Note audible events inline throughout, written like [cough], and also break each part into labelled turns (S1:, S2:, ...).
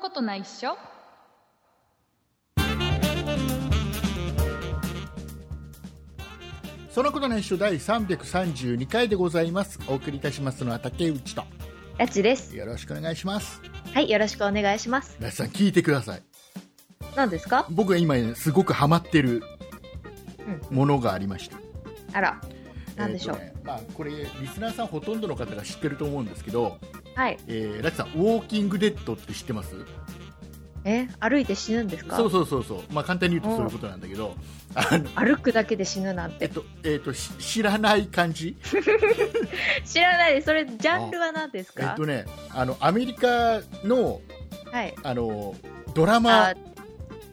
S1: ことないっしょ
S2: そのことの一緒第332回でございますお送りいたしますのは竹内と
S3: やちです。
S2: よろしくお願いします
S3: はい、よろしくお願いします。
S2: 皆さん聞いてください
S3: 何ですか
S2: 僕が今すごくハマってる
S3: う
S2: ものがありました、
S3: あら、何でしょう
S2: えーとねまあ、これリスナーさんほとんどの方が知ってると思うんですけど、
S3: はい。
S2: えー、ラチさん「ウォーキングデッド」って知ってます
S3: え、歩いて死ぬんですか
S2: そうそうそうそう、まあ、簡単に言うとそういうことなんだけどあの
S3: 歩くだけで死ぬなん。
S2: えってと、えっと、し知らない感じ
S3: 知らないです。それ、ジャンルは何です
S2: えっ
S3: か
S2: とねあのアメリカの
S3: はい。
S2: あのドラマ
S3: あ、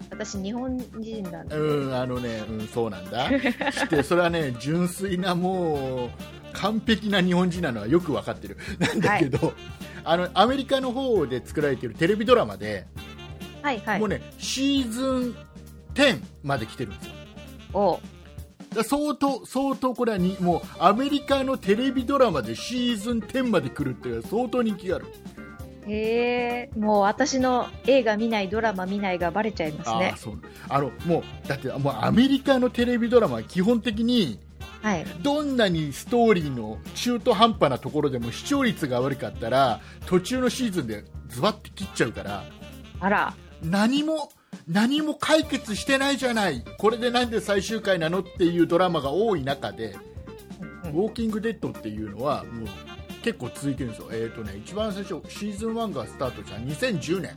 S3: 私、日本人なんで。
S2: うんあのね、うん、そうなん
S3: [laughs]
S2: だしてそれはね純粋なもう完璧な日本人なのはよく分かってる [laughs] なんだけど、あのアメリカの方で作られてるテレビドラマで、
S3: はいはい
S2: もう。ねシーズン10まで来てるんですよ
S3: おう
S2: だから相当相当これはにもうアメリカのテレビドラマでシーズン10まで来るっていうのは相当人気がある
S3: へえ、もう私の映画見ない、ドラマ見ないがバレちゃいます
S2: あ
S3: ね
S2: あ。そうあのもうだってもうアメリカのテレビドラマは基本的に
S3: はい。
S2: どんなにストーリーの中途半端なところでも視聴率が悪かったら途中のシーズンでズバッて切っちゃうから
S3: あら、
S2: 何も何も解決してないじゃないこれでなんで最終回なのっていうドラマが多い中で「ウォーキング・デッド」っていうのはもう結構続いてるんですよ、えーとね、一番最初シーズン1がスタートした2010年、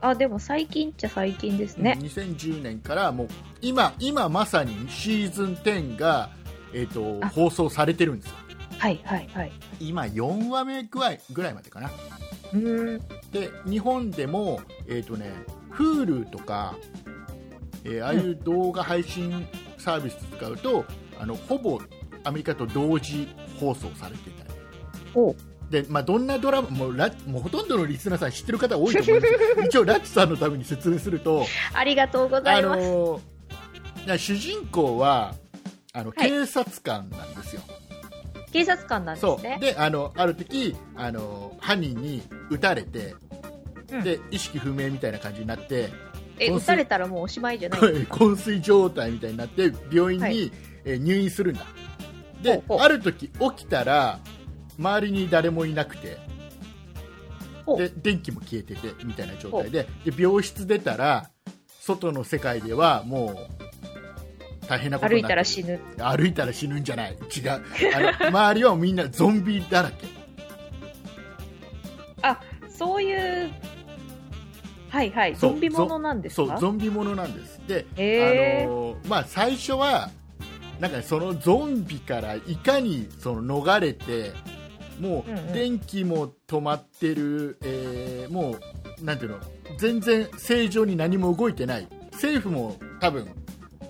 S3: あ、でも最近っちゃ最近ですね。
S2: 2010年からもう今今まさにシーズン10が、えー、と
S3: あ
S2: 放送されてるんですよ
S3: はいはいはい。
S2: 今4話目ぐらいぐらいまでかな
S3: うーん。
S2: で日本でもえっ、とね Hulu とか、えーああいう動画配信サービス使うと、あのほぼアメリカと同時放送されていたり
S3: おう
S2: で、まあ、どんなドラマもうラもうほとんどのリスナーさん知ってる方多いと思うんですけ
S3: [laughs]
S2: ど一応ラッチさんのために説明すると
S3: ありがとうござ
S2: あ
S3: います。
S2: のー主人公はあの、
S3: はい
S2: 警察官なんですよ
S3: 警察官なんで
S2: そ
S3: す
S2: う
S3: ね。
S2: であのある時あの犯人に撃たれて、
S3: うん
S2: で意識不明みたいな感じになって、
S3: え、
S2: そう
S3: 撃
S2: す
S3: たれたらもうおしまいじゃない
S2: [laughs] 昏睡状態みたいになって病院に、
S3: はい
S2: えー入院するんだ
S3: ほ
S2: で
S3: うほう
S2: ある時起きたら周りに誰もいなくて
S3: ほう
S2: で電気も消えててみたいな状態でで病室出たら外の世界ではもう大変なこと
S3: 歩
S2: に
S3: い
S2: なったて
S3: ら
S2: る
S3: 死ぬ。
S2: 歩いたら死ぬんじゃない違うあの [laughs] 周りはみんなゾンビだらけ
S3: そういう、はいはい、
S2: そう
S3: ゾンビものなんです
S2: そう
S3: か
S2: ゾンビものなんですで、
S3: へー
S2: あのまあ、最初はなんかそのゾンビからいかにその逃れても
S3: うんうん
S2: う電気も止まってる、えーもうなんていうの全然正常に何も動いてない政府も多分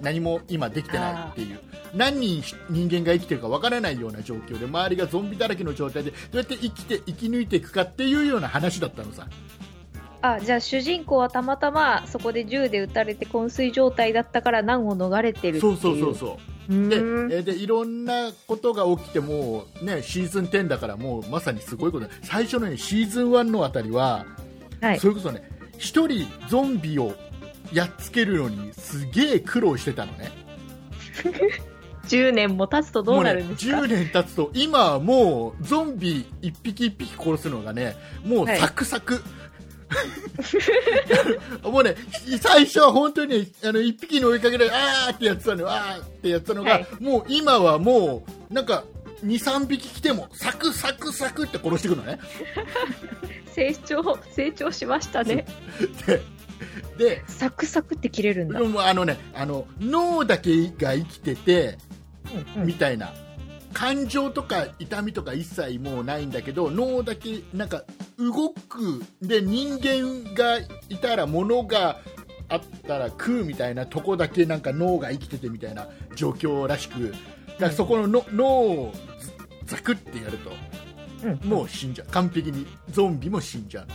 S2: 何も今できてないっていう何人人間が生きてるかわからないような状況で周りがゾンビだらけの状態でどうやって生きて生き抜いていくかっていうような話だったのさ
S3: あじゃあ主人公はたまたまそこで銃で撃たれて昏睡状態だったから難を逃れてるっていう
S2: そうそうそうそう
S3: う
S2: で,え
S3: ーん
S2: ー、でいろんなことが起きてもう、ね、シーズン10だからもうまさにすごいことだ最初の、ね、シーズン1のあたり
S3: は
S2: は、
S3: い
S2: それこそね一人ゾンビをやっつけるのにすげえ苦労してたのね
S3: 10年も経つとどうなるんですか、
S2: もうね、10年経つと今はもうゾンビ一匹一匹殺すのがねもう
S3: はい
S2: サクサク、 [laughs] もうね最初は本当にねあの一匹の追いかけであーってやってたのあーってやってたのが、
S3: はい
S2: もう今はもうなんか23匹来てもサクサクサクって殺していくのね [laughs]
S3: 成長成長しましたね
S2: でで
S3: サクサクって切れるんだ、
S2: でもあのねあの脳だけが生きてて
S3: うんうん
S2: みたいな感情とか痛みとか一切もうないんだけど脳だけなんか動くで人間がいたら物があったら食うみたいなとこだけなんか脳が生きててみたいな状況らしくだからそこのの脳をザザクってやると
S3: うん
S2: もう死んじゃう完璧にゾンビも死んじゃう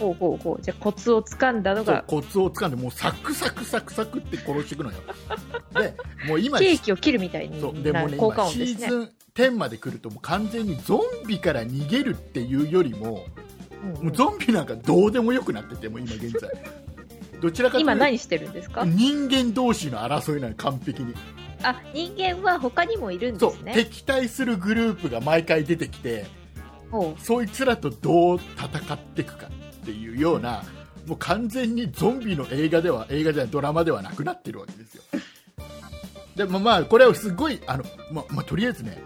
S3: ほうほうほうじゃあコツをつかんだの
S2: そう
S3: が
S2: コツをつかんでもうサクサクサクサクって殺していくのよでもう今
S3: ケーキを切るみたいに
S2: そうで
S3: な
S2: もね
S3: 効果
S2: 今
S3: 音で
S2: シ
S3: す
S2: ー
S3: ね
S2: ズン10まで来るともう完全にゾンビから逃げるっていうよりも
S3: うん
S2: もうゾンビなんかどうでもよくなっててもう今現在 [laughs] どちらかというと
S3: 今何してるんですか、
S2: 人間同士の争いなの完璧に
S3: あ人間は他にもいるん
S2: そ
S3: で
S2: う
S3: す、ね
S2: 敵対するグループが毎回出てきて
S3: ほう
S2: そいつらとどう戦っていくかっていうようなもう完全にゾンビの映画では映画じゃないドラマではなくなってるわけですよでもまあこれはすごいあの、ままあ、とりあえずね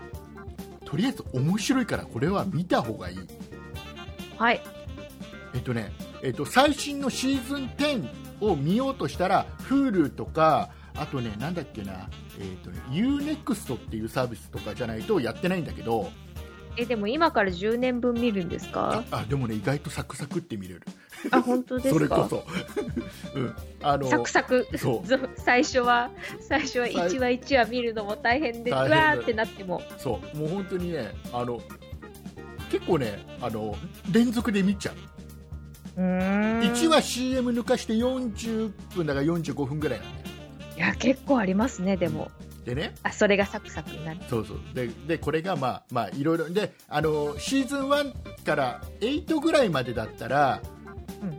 S2: とりあえず面白いからこれは見た方がいい
S3: はい
S2: えっとね、えっと、最新のシーズン10を見ようとしたら Hulu とかあとねなんだっけな、えっとね、UNEXT っていうサービスとかじゃないとやってないんだけど
S3: えでも今から10年分見るんです
S2: あ
S3: か
S2: あでもね意外とサクサクって見れる
S3: あ本当です
S2: それこ
S3: か
S2: そ、 [laughs] うん、あの
S3: サクサク
S2: そう
S3: ぞ最初は最初は
S2: 最
S3: 1話1話見るのも大変でうわ
S2: 大変
S3: ー
S2: だ
S3: ってなっても
S2: そうもう本当にねあの結構ねあの連続で見ちゃう、
S3: うーん
S2: 1話 CM 抜かして40分だから45分ぐらいなんだよ
S3: いや結構ありますねでも
S2: でね
S3: あそれがサクサクになる
S2: そうそうででこれがまあまあいろいろであのシーズン1から8ぐらいまでだったら、
S3: うん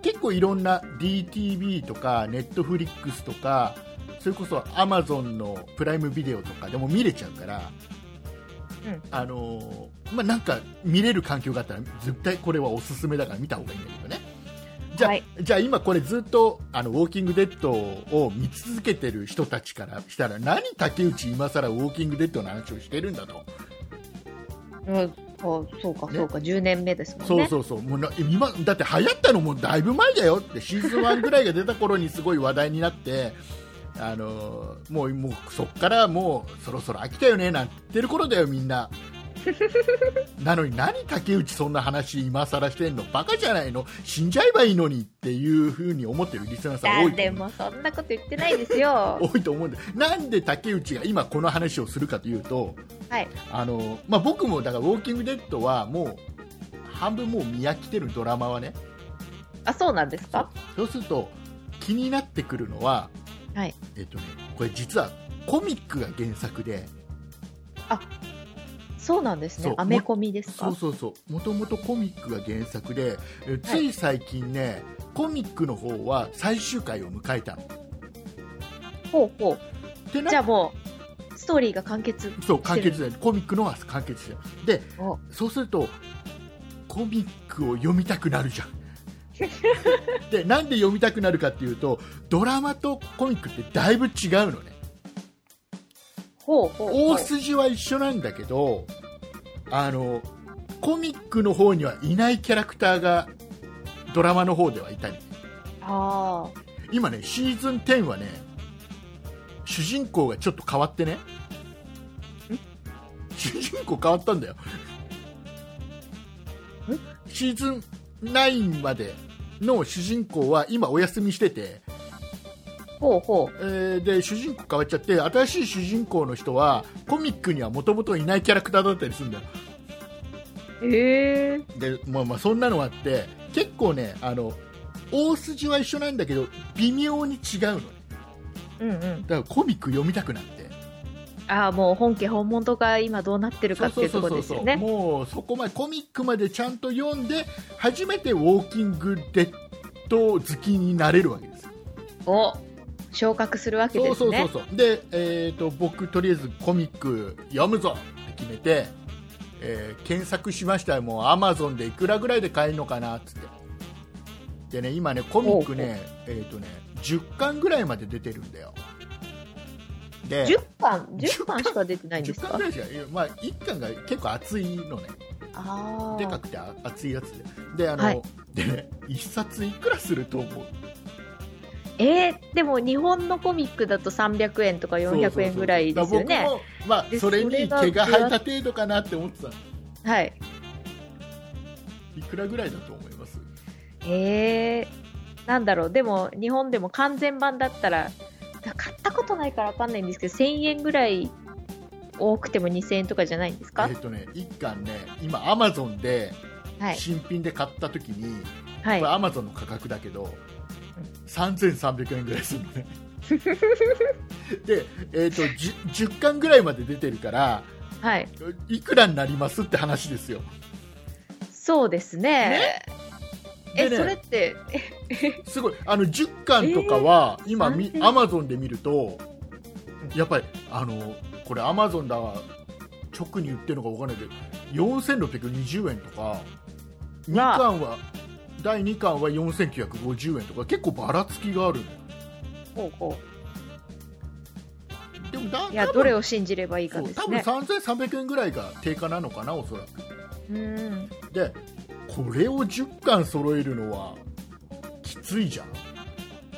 S2: 結構いろんな DTV とか Netflix とかそれこそ Amazon のプライムビデオとかでも見れちゃうから、
S3: うん
S2: あのまあなんか見れる環境があったら絶対これはおすすめだから見た方がいいんだけどねじゃあ,、
S3: はい
S2: じゃあ今これずっとあのウォーキングデッドを見続けてる人たちからしたら何竹内今更ウォーキングデッドの話をしてるんだと
S3: うんあそうか
S2: ね
S3: そうか10年目ですもんね
S2: そうそうそうもうな今だって流行ったのもだいぶ前だよってシーズン1ぐらいが出た頃にすごい話題になってあのーもうもうそっからもうそろそろ飽きたよねなんて言ってる頃だよみん
S3: [laughs]
S2: ななのに何竹内そんな話今更してんのバカじゃないの死んじゃえばいいのにっていうふうに思ってるリスナーさん多いと
S3: 誰もそんなこと言ってないです
S2: [laughs]
S3: よ
S2: 多いと思うんでなんで竹内が今この話をするかというと
S3: はい
S2: あの、まあ、僕もだから「ウォーキングデッド」はもう半分もう見飽きてるドラマはね
S3: あそうなんですか
S2: そうすると気になってくるのは、
S3: はい
S2: えっとね、これ実はコミックが原作で
S3: そうなんです
S2: そ
S3: ね
S2: う
S3: アメコミです
S2: そう
S3: か
S2: そうそうもともとコミックが原作でえつい最近ね、コミックの方は最終回を迎えたの。
S3: ほうほ
S2: で
S3: う
S2: な
S3: じゃあもうストーリーが完結
S2: そう完結でコミックの方は完結してるで
S3: お
S2: そうするとコミックを読みたくなるじゃんでなんで読みたくなるかっていうとドラマとコミックってだいぶ違うのね
S3: ほうほうほ
S2: 大
S3: う
S2: 筋は一緒なんだけどあのコミックの方にはいないキャラクターがドラマの方ではいたり
S3: ああ
S2: 今ねシーズン10はね主人公がちょっと変わってね主人公変わったんだよシーズン9までの主人公は今お休みしてて、
S3: ほうほう
S2: えーで主人公変わっちゃって新しい主人公の人はコミックにはもともといないキャラクターだったりするんだよ
S3: ええー、
S2: で、まあ、まあそんなのあって結構ねあの大筋は一緒なんだけど微妙に違うのね
S3: うんうん
S2: だからコミック読みたくなって
S3: ああもう本家本物が今どうなってるか
S2: そう
S3: って
S2: そ
S3: いううところ
S2: そうそう
S3: です
S2: そ
S3: よ
S2: う、
S3: ね
S2: もうそこまでコミックまでちゃんと読んで初めてウォーキングデッド好きになれるわけです
S3: を昇格するわけです
S2: そ
S3: ね
S2: うそうそうそうで、えー、と僕とりあえずコミック読むぞって決めて、えー検索しましたよもうアマゾンでいくらぐらいで買えるのかなっつってでね今ねコミックねえっ、とね10巻ぐらいまで出てるんだよで
S3: 10巻10巻しか出てないんです
S2: 10巻
S3: か
S2: ぐらいしか、いやまあ、1巻が結構厚いのね
S3: あ
S2: でか
S3: あ
S2: くてあ熱いやつでであの、
S3: はい
S2: でね一冊いくらすると思う
S3: えー、でも日本のコミックだと300円とか400円ぐらいですよね
S2: そうそうそうだから僕も、まあ、
S3: で
S2: それ
S3: それ
S2: に
S3: が
S2: 毛が生えた程度かなって思ってたの
S3: はい
S2: いくらぐらいだと思います
S3: えー、なんだろうでも日本でも完全版だったらだ買ったことないから分かんないんですけど1000円ぐらい多くても2000円とかじゃないんです
S2: え
S3: か
S2: っ、とね1巻ね今アマゾンで
S3: はい
S2: 新品で買った時に、
S3: は
S2: これ
S3: い
S2: アマゾンの価格だけど3300円ぐらいするの
S3: [laughs]
S2: ねで、えっと 10, 10巻ぐらいまで出てるから
S3: はい
S2: いくらになりますって話ですよ
S3: そうですねえ、
S2: でね
S3: それって、
S2: すごいあの10巻とかは今
S3: なんて
S2: アマゾンで見るとやっぱりあのこれアマゾンだわ直に売ってるのかわかんないけど4620円とか2
S3: わあ
S2: 巻は第2巻は4950円とか結構ばらつきがあるの
S3: こ
S2: よ
S3: うこ
S2: でもだ
S3: う。いや、
S2: 多分
S3: どれを信じればいい
S2: そ
S3: か
S2: う
S3: です
S2: 多分
S3: ね。
S2: 3300円ぐらいが定価なのかなおそらく
S3: うん。
S2: でこれを10巻揃えるのはきついじゃん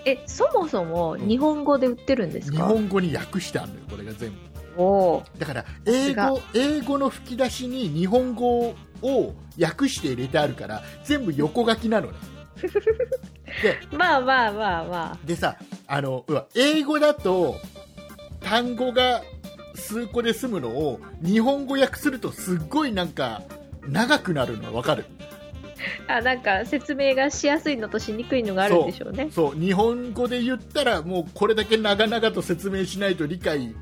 S3: え、そもそも日本語で売ってるんです
S2: 日
S3: か、
S2: 本語に訳してあるのよこれが全部
S3: おー
S2: だから
S3: す
S2: 英
S3: が
S2: 語英語の吹き出しに日本語を訳して入れてあるから全部横書きなのねで
S3: まあまあまあまあ。
S2: でさあのうわ英語だと単語が数個で済むのを日本語訳するとすっごいなんか長くなるのわかる
S3: あなんか説明がしやすいのとしにくいのがあるんでしょうね。
S2: そう日本語で言ったらもうこれだけ長々と説明しないと理解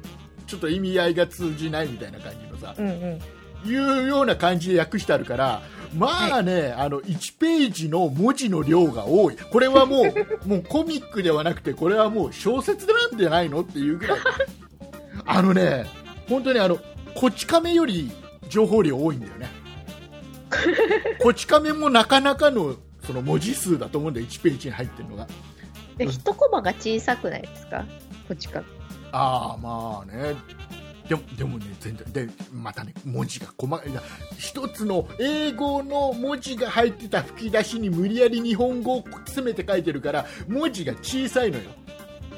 S2: ちょっと意味合いが通じないみたいな感じのさ
S3: うんうん、
S2: いうような感じで訳してあるからまあね、あの1ページの文字の量が多いこれはもうもうコミックではなくてこれはもう小説なんじゃないのっていうぐらいあのね本当にあのこち亀より情報量多いんだよねこち亀もなかなかのその文字数だと思うんだよ1ページに入ってるのが
S3: で
S2: うん
S3: 一コマが小さくないですかこっちか
S2: ああまあねでもでもね全体でまたね文字が細かいいや一つの英語の文字が入ってた吹き出しに無理やり日本語を詰めて書いてるから文字が小さいのよ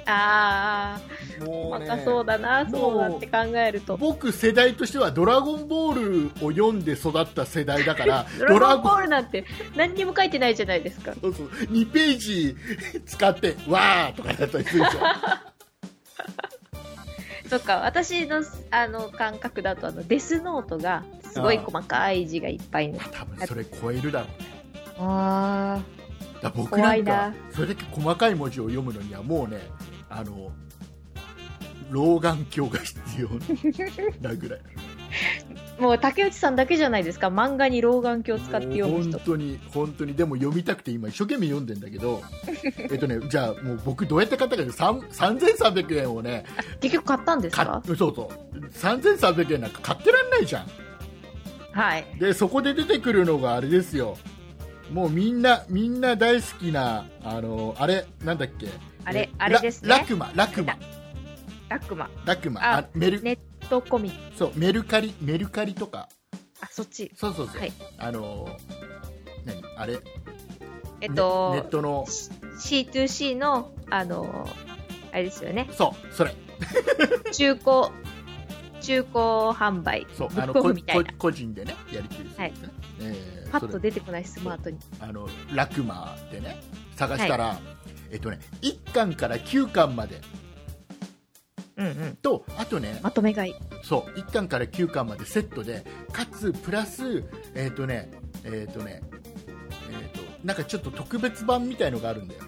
S3: ああ
S2: もう
S3: ま
S2: ね
S3: たそうだな
S2: もう
S3: そうだって考えると
S2: 僕世代としては「ドラゴンボール」を読んで育った世代だから
S3: [laughs] ドラゴンボールなんて何にも書いてないじゃないですか
S2: そうそう2ページ使って「わー」とかだったりす
S3: [laughs]
S2: るじゃん
S3: そっか私のあの感覚だとあのデスノートがすごい細かい字がいっぱいの
S2: 多分それ超えるだろう
S3: あ
S2: だから僕な
S3: 怖
S2: ん
S3: い
S2: か
S3: な
S2: それだけ細かい文字を読むのにはもうねあの老眼鏡が必要なぐ
S3: [laughs]
S2: らい
S3: ーもう竹内さんだけじゃないですか漫画に老眼鏡を使って読む
S2: もう
S3: 人
S2: 本当に本当にでも読みたくて今一生懸命読んでんだけど [laughs] えっとねじゃあもう僕どうやって買ったかで3300円をね
S3: 結局買ったんです
S2: 買
S3: か
S2: そうそう3300円なんか買ってらんないじゃん
S3: はい
S2: でそこで出てくるのがあれですよもうみんなみんな大好きなあのあれなんだっけ
S3: あれ
S2: え
S3: あれですね
S2: ララクマラクマ
S3: ラックマ
S2: ラクマ
S3: あ
S2: あメル、
S3: ネットコミック
S2: そうメルカリメルカリとか
S3: あそっち
S2: そうそうそう、
S3: はい
S2: あのー何あれ
S3: えっと、
S2: ねネットの
S3: C2C の、あのあれですよ
S2: [laughs]
S3: ね、
S2: そうそれ
S3: 中古、中古販売、
S2: そう
S3: ブ
S2: あ
S3: ッ
S2: の
S3: クオ
S2: こ
S3: フみたいな
S2: こ。個人でねやりきる
S3: はい
S2: えー
S3: パッ
S2: そ
S3: と
S2: れ
S3: 出てこない、スマートに。
S2: あのラクマでね探したら、えっとね1巻から9巻まで
S3: うんうん。
S2: とあとね
S3: まとめ買い。
S2: そう1巻から9巻までセットでかつプラスえっ、とねえっ、とねえっ、となんかちょっと特別版みたいのがあるんだよ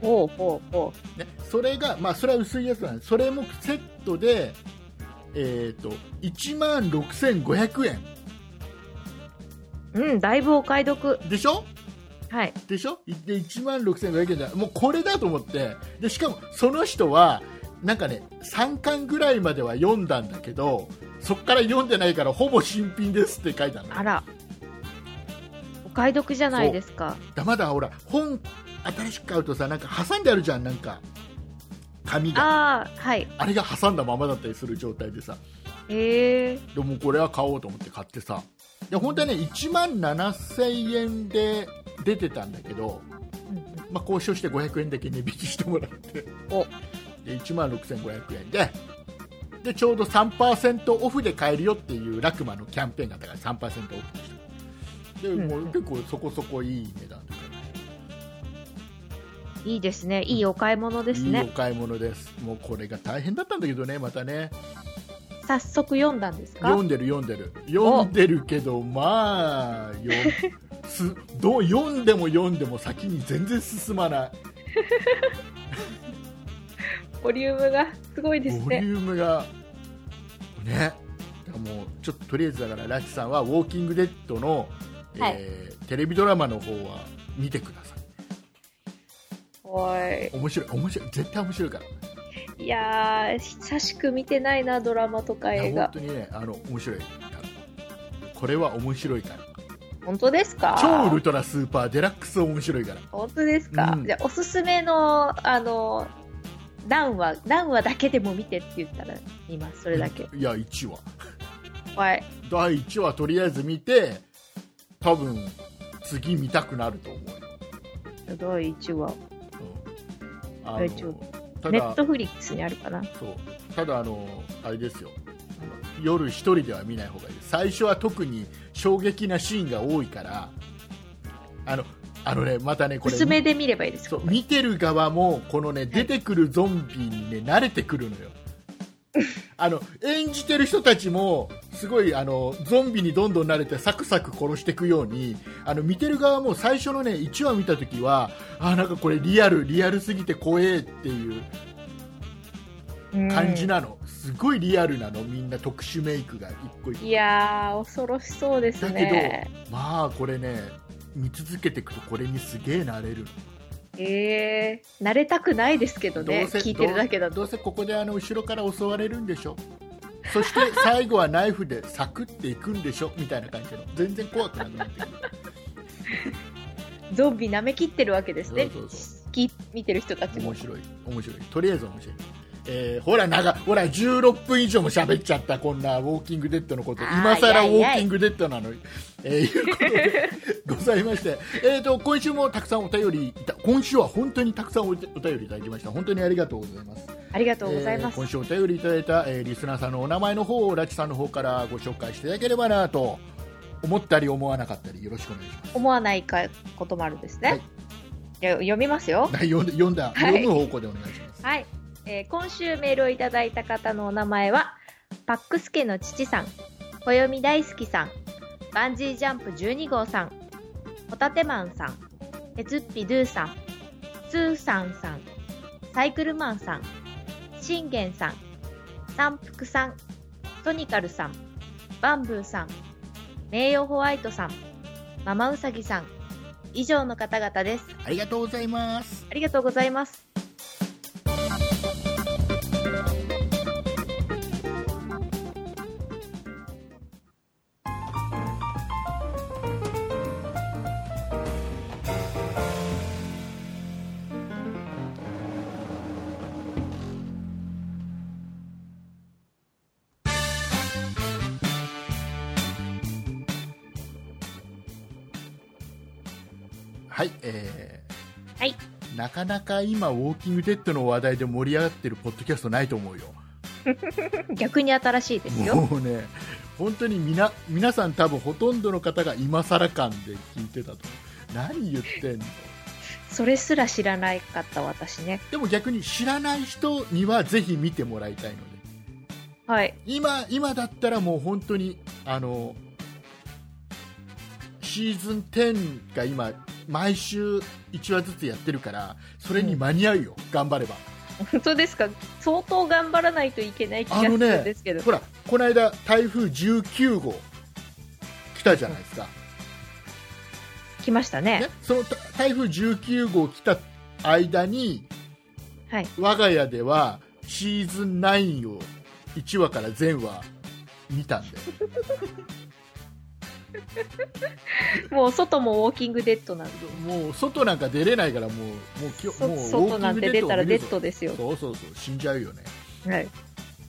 S3: ほうほうほ
S2: ね、それが、まあ、それは薄いやつなんでそれもセットで、えー、と1万6500円
S3: う。うん、だいぶお買い得。
S2: でしょ
S3: はい。
S2: でしょで1万6500円じゃもうこれだと思ってでしかもその人はなんかね3巻ぐらいまでは読んだんだけどそっから読んでないからほぼ新品ですって書いてあるの
S3: あら。お買い得じゃないですか。
S2: だまだほら本新しく買うとさなんか挟んであるじゃんなんか紙があ
S3: ああ、はい。
S2: あれが挟んだままだったりする状態でさ
S3: ええ
S2: でもこれは買おうと思って買ってさで本当はね1万7000円で出てたんだけど、
S3: うんうん
S2: まあ、交渉して500円だけ値引きしてもらって
S3: お
S2: で1万6500円ででちょうど3%オフで買えるよっていうラクマのキャンペーンがあったから3%オフでしたでも
S3: うんうん
S2: う結構そこそこいい値段で買いました
S3: いいですね。いいお買い物です
S2: いい
S3: ね。
S2: お買い物ですもうこれが大変だったんだけどねまたね
S3: 早速読んだんですか
S2: 読んでる読んでる読んでるけどまあ
S3: [laughs]
S2: よすどう読んでも読んでも先に全然進まない
S3: ボリュームがすごいです
S2: ボリ
S3: ね。
S2: ュームがねだからもうちょっととりあえずだからラチさんは「ウォーキングデッドの」
S3: はい
S2: えーテレビドラマの方は見てください
S3: はい。
S2: 面白い面白い絶対面白いから
S3: いやー、久しく見てないな、ドラマとか
S2: いや
S3: 映
S2: 本
S3: 画。
S2: 当にねあの面白いあのこれは面白いから
S3: 本当ですか
S2: 超ウルトラスーパーデラックス面白いから
S3: 本当ですか、
S2: うん
S3: じゃあ、おすすめの、あの、何話、何話だけでも見てって言ったら見ます、それだけ。
S2: いや1話
S3: はい。
S2: 第1話とりあえず見て多分次見たくなると思う
S3: 第
S2: よ、
S3: 1話。
S2: うんあの
S3: 大丈
S2: た
S3: ネッ
S2: だ
S3: トフリックスにあるかな。
S2: そうただあのあれですよ夜一人では見ない方がいい最初は特に衝撃なシーンが多いからあのあのねまたねこれ
S3: 薄めで見ればいいです
S2: そ
S3: か
S2: う見てる側もこのね出てくるゾンビにね慣れてくる
S3: [laughs]
S2: のよあの演じてる人たちもすごいあのゾンビにどんどん慣れてサクサク殺していくようにあの見てる側も最初のね1話見た時はあなんかこれリアルリアルすぎて怖えっていう感じなの、すごいリアルなのみんな特殊メイクが一個一個
S3: いやー、恐ろしそうですね。
S2: まあこれね見続けていくとこれにすげえ慣れる
S3: えー、慣れたくないですけどね、聞いてるだけだ
S2: どう
S3: と。
S2: せここであの後ろから襲われるんでしょそして最後はナイフでサクっていくんでしょみたいな感じの全然怖くなくなってくる
S3: ゾンビ舐めきってるわけですね。
S2: そうそう
S3: き見てる人たちも
S2: 面。白い面白いとりあえず面白いえーほら長ほら16分以上も喋っちゃったこんなウォーキングデッドのこと
S3: あー
S2: 今さらウ
S3: いやい
S2: ォ
S3: や
S2: ーキングデッドなのにえーいうことでございまして、えー、と今週もたくさんお便りいた今週は本当にたくさんお手お便りいただきました本当にありがとうございます
S3: ありがとうございま
S2: えー
S3: す。
S2: 今週お便りいただいた、えーリスナーさんのお名前の方をラチさんの方からご紹介していただければなと思ったり思わなかったりよろしくお願いします
S3: 思わないかこともあるんですね。
S2: はい
S3: いや読みますよ。
S2: 内容で読んだ、
S3: はい
S2: 読む方向でお願いします
S3: はい、えー今週メールをいただいた方のお名前はパックスケの父さん暦大好きさんバンジージャンプ12号さんホタテマンさんペツッピドゥさんツーさんさんサイクルマンさん信玄さん三福さんトニカルさんバンブーさん名誉ホワイトさんママウサギさん以上の方々です
S2: ありがとうございます
S3: ありがとうございます
S2: はいえー
S3: はい
S2: なかなか今ウォーキングデッドの話題で盛り上がってるポッドキャストないと思うよ
S3: 逆に新しいですよ
S2: もうね本当にみな皆さん多分ほとんどの方が今更感で聞いてたと思う何言ってんの
S3: それすら知らないかった私ね。
S2: でも逆に知らない人にはぜひ見てもらいたいので
S3: はい。 [laughs]
S2: 今今だったらもう本当にあのシーズン10が今毎週1話ずつやってるからそれに間に合うよ、頑張れば
S3: 本当ですか相当頑張らないといけない気が
S2: あ
S3: す
S2: の
S3: るん
S2: ね
S3: ですけど。
S2: ほらこの間台風19号来たじゃないですか、
S3: 来ましたね
S2: ね、そのた台風19号来た間に
S3: はい。
S2: 我が家ではシーズン9を1話から全話見たんで
S3: もう外もウォーキングデッドなんで。
S2: もう外なんか出れないからもうもう今日
S3: そ
S2: もうウ
S3: 外
S2: ォーキ
S3: な
S2: ン
S3: ん
S2: グ
S3: て
S2: デ
S3: 出
S2: ッドを
S3: たら
S2: 見
S3: デ
S2: るぞ
S3: ッドですよ。
S2: そうそうそう死んじゃうよね、
S3: はい。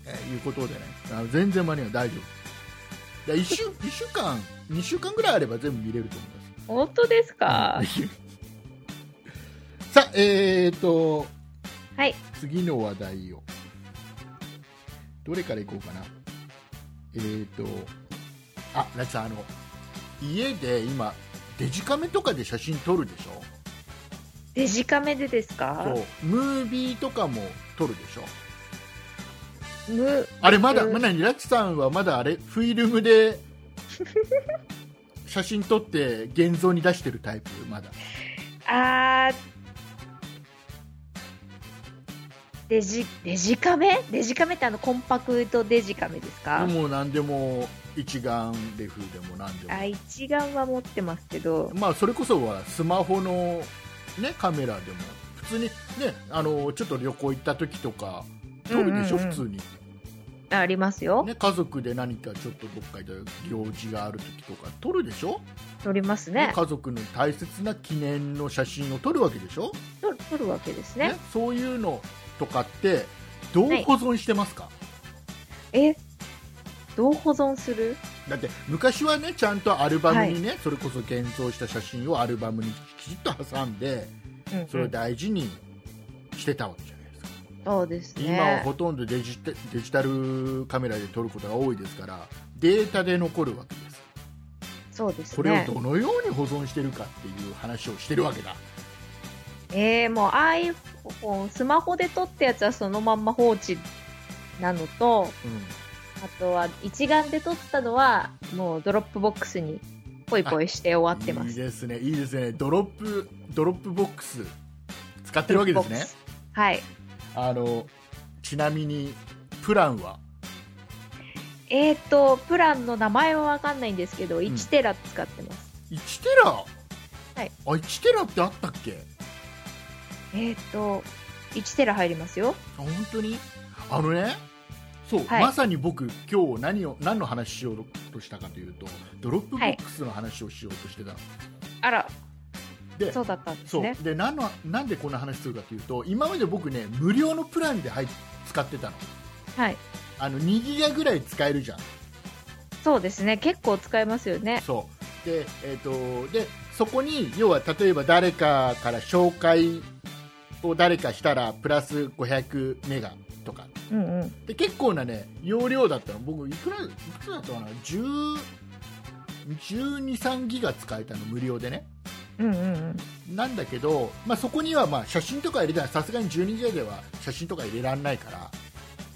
S2: えーいうことでねあの全然間に合う大丈夫だ1週
S3: [laughs]
S2: 一週間2週間ぐらいあれば全部見れると思いま
S3: 本当ですか
S2: す [laughs] さあえーと
S3: はい。
S2: 次の話題をどれからいこうかなえーとあラチさんあの家で今デジカメとかで写真撮るでしょ
S3: デジカメでですか
S2: そうムービーとかも撮るでしょ
S3: む、
S2: あれまだ、
S3: うん
S2: まだにラチさんはまだあれフィル
S3: [laughs]
S2: ムで写真撮って現像に出してるタイプまだ
S3: あー。デジデジカメデジカメってあのコンパクトデジカメですか、
S2: もう何でも一眼レフでも何でも
S3: あ一眼は持ってますけど
S2: まあそれこそはスマホの、ね、カメラでも普通に、ね、あのちょっと旅行行った時とか撮るでしょ、
S3: うんうんうん
S2: 普通に、
S3: あありますよ、
S2: ね、家族で何かちょっとどっか行った行事がある時とか撮るでしょ、
S3: 撮りますね
S2: 家族の大切な記念の写真を撮るわけでしょ、
S3: 撮る撮るわけですね
S2: そういうのとかってどう保存してますか、
S3: えどう保存する
S2: だって昔はねちゃんとアルバムにね、それこそ現像した写真をアルバムにきちっと挟んで
S3: うんうん
S2: それを大事にしてたわけじゃないですか、
S3: そうですね
S2: 今はほとんどデジタデジタルカメラで撮ることが多いですからデータで残るわけです
S3: そうです
S2: これを
S3: ね
S2: どのように保存してるかっていう話をしてるわけだ
S3: えー、もう iPhone スマホで撮ったやつはそのまんま放置なのと
S2: う
S3: あとは一眼で撮ったのはもうドロップボックスにポイポイして終わってま
S2: いい
S3: す
S2: ですねいいですねドロップドロップボックス使ってるわけで
S3: ド
S2: す
S3: ロップボッ
S2: ね
S3: クスはい
S2: あのちなみにプランは
S3: えー、とプランの名前は分かんないんですけど1テラ使ってます、
S2: 1テラはいあ1テラってあったっけ
S3: えっ、ー、と1テラ入りますよ
S2: あ本当にあのねそう、
S3: はい
S2: まさに僕今日何を何の話しようとしたかというとドロップボックスの話をしようとしてたの、
S3: あら
S2: で
S3: そうだったんです
S2: そう
S3: ね
S2: で何のなんでこんな話するかというと今まで僕ね無料のプランで入っ使ってたの
S3: はい
S2: あの2ギガぐらい使えるじゃん
S3: そうですね結構使えますよね
S2: そうで,、えー、とでそこに要は例えば誰かから紹介を誰かしたらプラス500メガとか
S3: うんうん
S2: で結構なね容量だったの僕いくらいくつだったかな10 123ギガ使えたの無料でね
S3: うんうんうん
S2: なんだけど、まあ、そこにはまあ写真とか入れたらさすがに12ギガでは写真とか入れられないから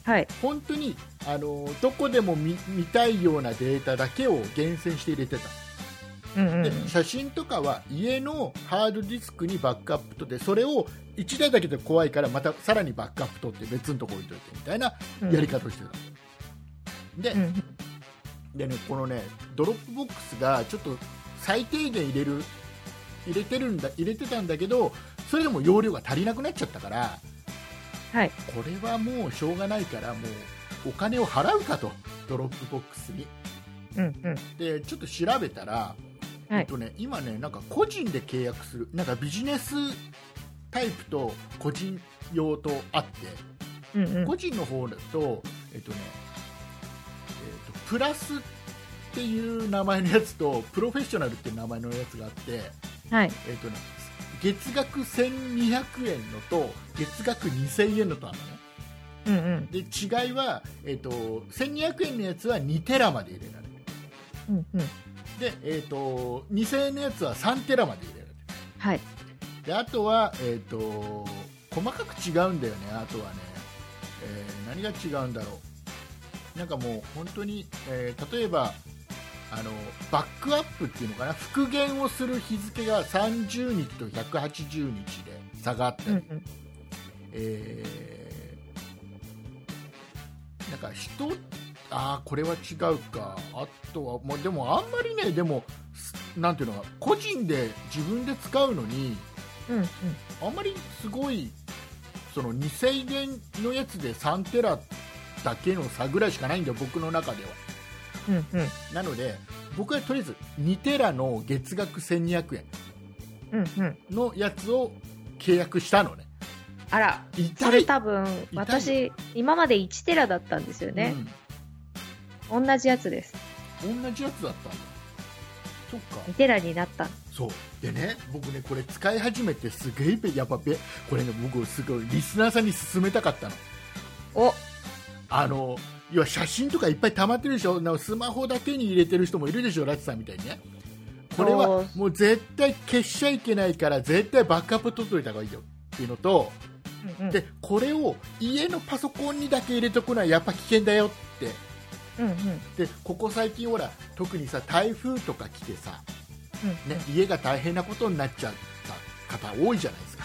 S3: はい
S2: 本当にあのどこでも見見たいようなデータだけを厳選して入れてた
S3: うんうんう
S2: で
S3: ん
S2: 写真とかは家のハードディスクにバックアップ取ってそれを1台だけで怖いからまたさらにバックアップ取って別のとこ置いといてみたいな
S3: うん
S2: やり方をしてた、で
S3: うん
S2: でねこのねドロップボックスがちょっと最低限入れる入れてるんだ入れてたんだけどそれでも容量が足りなくなっちゃったから
S3: はい
S2: これはもうしょうがないからもうお金を払うかとドロップボックスに
S3: うんうん
S2: でちょっと調べたら、
S3: はい
S2: えっとね、今ねなんか個人で契約するなんかビジネスタイプと個人用とあって
S3: うんうん
S2: 個人の方だと、えっとねえっと、プラスっていう名前のやつとプロフェッショナルっていう名前のやつがあって、
S3: はい
S2: えっとね、月額1200円のと月額2000円のとあるのね
S3: うんうん
S2: で違いは、えっと、1200円のやつは2テラまで入れられる
S3: うんうん
S2: で、えー、と2000円のやつは3テラまで入れられる
S3: はい
S2: であとは、えー、と細かく違うんだよねあとはね、えー何が違うんだろうなんかもう本当に、えー例えばあのバックアップっていうのかな復元をする日付が30日と180日で差があったり、
S3: うんうん
S2: えーなんか人あーこれは違うかあとはもうでもあんまりねでもすなんていうのか個人で自分で使うのに
S3: うんうん
S2: あんまりすごいその2000円のやつで3テラだけの差ぐらいしかないんだよ僕の中では
S3: うんうん
S2: なので僕はとりあえず2テラの月額1200円
S3: うんうん
S2: のやつを契約したのね
S3: あらそ
S2: 痛
S3: れ
S2: い
S3: 多分私今まで1テラだったんですよね、同じやつです
S2: うん、同じやつだったんだそっか
S3: 2テラになった
S2: そうでね僕ねこれ使い始めてすげえべやっぱべこれね僕すごいリスナーさんに勧めたかったの
S3: お
S2: あの要は写真とかいっぱい溜まってるでしょなスマホだけに入れてる人もいるでしょラチさんみたいにねこれ
S3: そ
S2: は
S3: う
S2: もう絶対消しちゃいけないから絶対バックアップ取っといた方がいいよっていうのと
S3: うんうん
S2: でこれを家のパソコンにだけ入れとくのはやっぱ危険だよって
S3: うんうん
S2: でここ最近ほら特にさ台風とか来てさ、
S3: うん
S2: ね、家が大変なことになっちゃった方多いじゃないですか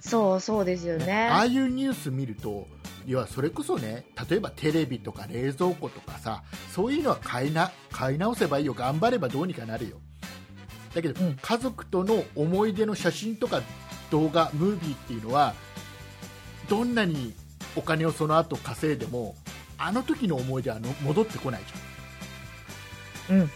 S3: そうそうですよね
S2: ああいうニュース見ると要はそれこそね例えばテレビとか冷蔵庫とかさそういうのは買いな買い直せばいいよ頑張ればどうにかなるよだけど、
S3: うん
S2: 家族との思い出の写真とか動画ムービーっていうのはどんなにお金をその後稼いでもあの時の思い出はの戻ってこないじゃん
S3: うん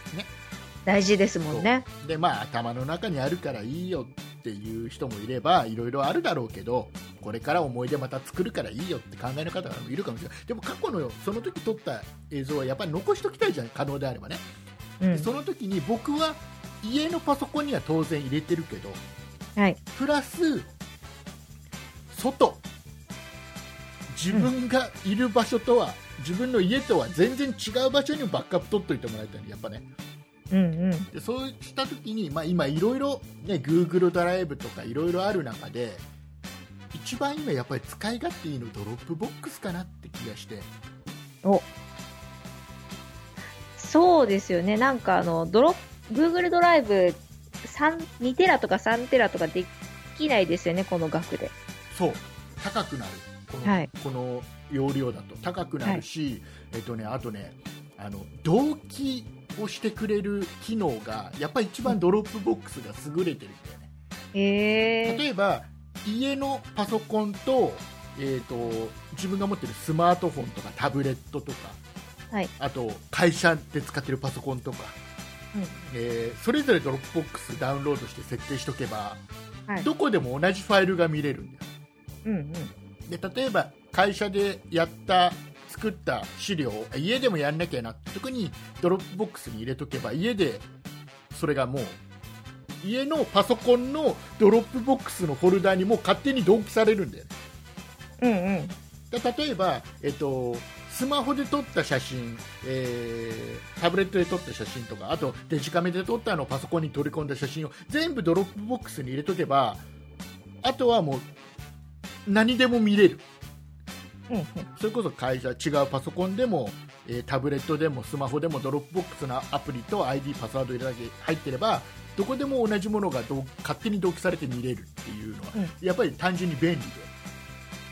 S3: 大事ですもんね
S2: でまあ頭の中にあるからいいよっていう人もいればいろいろあるだろうけどこれから思い出また作るからいいよって考えの方もいるかもしれないでも過去のその時撮った映像はやっぱり残しておきたいじゃん可能であればね、
S3: う
S2: で
S3: ん
S2: その時に僕は家のパソコンには当然入れてるけど
S3: はい
S2: プラス外自分がいる場所とは、自分の家とは全然違う場所にもバックアップ取っといてもらいたいねやっぱね
S3: うん
S2: でそうした時に、まあ、今いろいろね Google ドライブとかいろいろある中で一番今やっぱり使い勝手いいのドロップボックスかなって気がして
S3: そうですよねなんかあのドロ Google ドライブ3 2テラとか3テラとかできないですよねこの額で
S2: そう高くなるこの,、
S3: はい
S2: この容量だと高くなるし、えっとね、あとねあの同期をしてくれる機能がやっぱり一番ドロップボックスが優れてるんだよね
S3: へえ
S2: 例えば家のパソコンと,、えー、と自分が持ってるスマートフォンとかタブレットとか、
S3: はい
S2: あと会社で使ってるパソコンとか、えーそれぞれドロップボックスダウンロードして設定しとけば、
S3: はい
S2: どこでも同じファイルが見れるんだよ
S3: うんうん
S2: で例えば会社でやった作った資料を家でもやんなきゃなって時にドロップボックスに入れとけば家でそれがもう家のパソコンのドロップボックスのフォルダにもう勝手に同期されるんだよね
S3: うんうん
S2: で例えば、えっと、スマホで撮った写真、えータブレットで撮った写真とかあとデジカメで撮ったのをパソコンに取り込んだ写真を全部ドロップボックスに入れとけばあとはもう何でも見れる
S3: うんうん
S2: それこそ会社違うパソコンでも、えータブレットでもスマホでもドロップボックスのアプリと ID パスワード入れだけ入ってればどこでも同じものがどう勝手に同期されて見れるっていうのは、
S3: う
S2: やっぱり単純に便利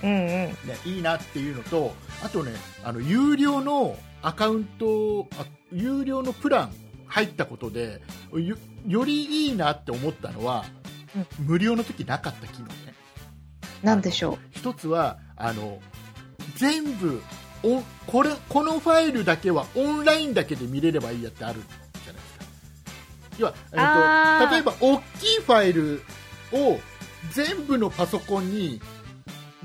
S3: うんうん
S2: で、ね、いいなっていうのとあとねあの有料のアカウントあ有料のプラン入ったことでよよりいいなって思ったのは、無料の時なかった機能ね。
S3: なんでしょ
S2: 一つはあの全部おこれこのファイルだけはオンラインだけで見れればいいやってあるじゃないですか要は、え
S3: あ
S2: っ
S3: ー
S2: と、例えば大きいファイルを全部のパソコンに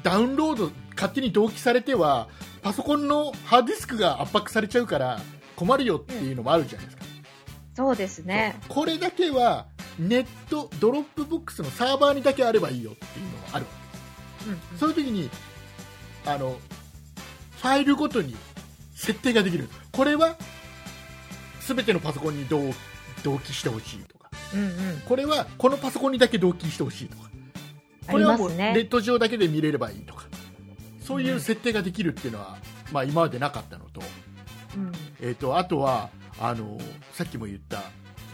S2: ダウンロード勝手に同期されてはパソコンのハードディスクが圧迫されちゃうから困るよっていうのもあるじゃないですか、
S3: うそうですね
S2: これだけはネットドロップボックスのサーバーにだけあればいいよっていうのはある
S3: うん
S2: そういう時にあのファイルごとに設定ができるこれは全てのパソコンに同同期してほしいとか
S3: うんうん
S2: これはこのパソコンにだけ同期してほしいとか
S3: あ
S2: こ
S3: り
S2: れは
S3: ま
S2: もう
S3: す
S2: ネ
S3: ね
S2: ット上だけで見れればいいとかそういう設定ができるっていうのは、まあ、今までなかったのと,、
S3: うん
S2: えー、とあとはあのさっきも言った、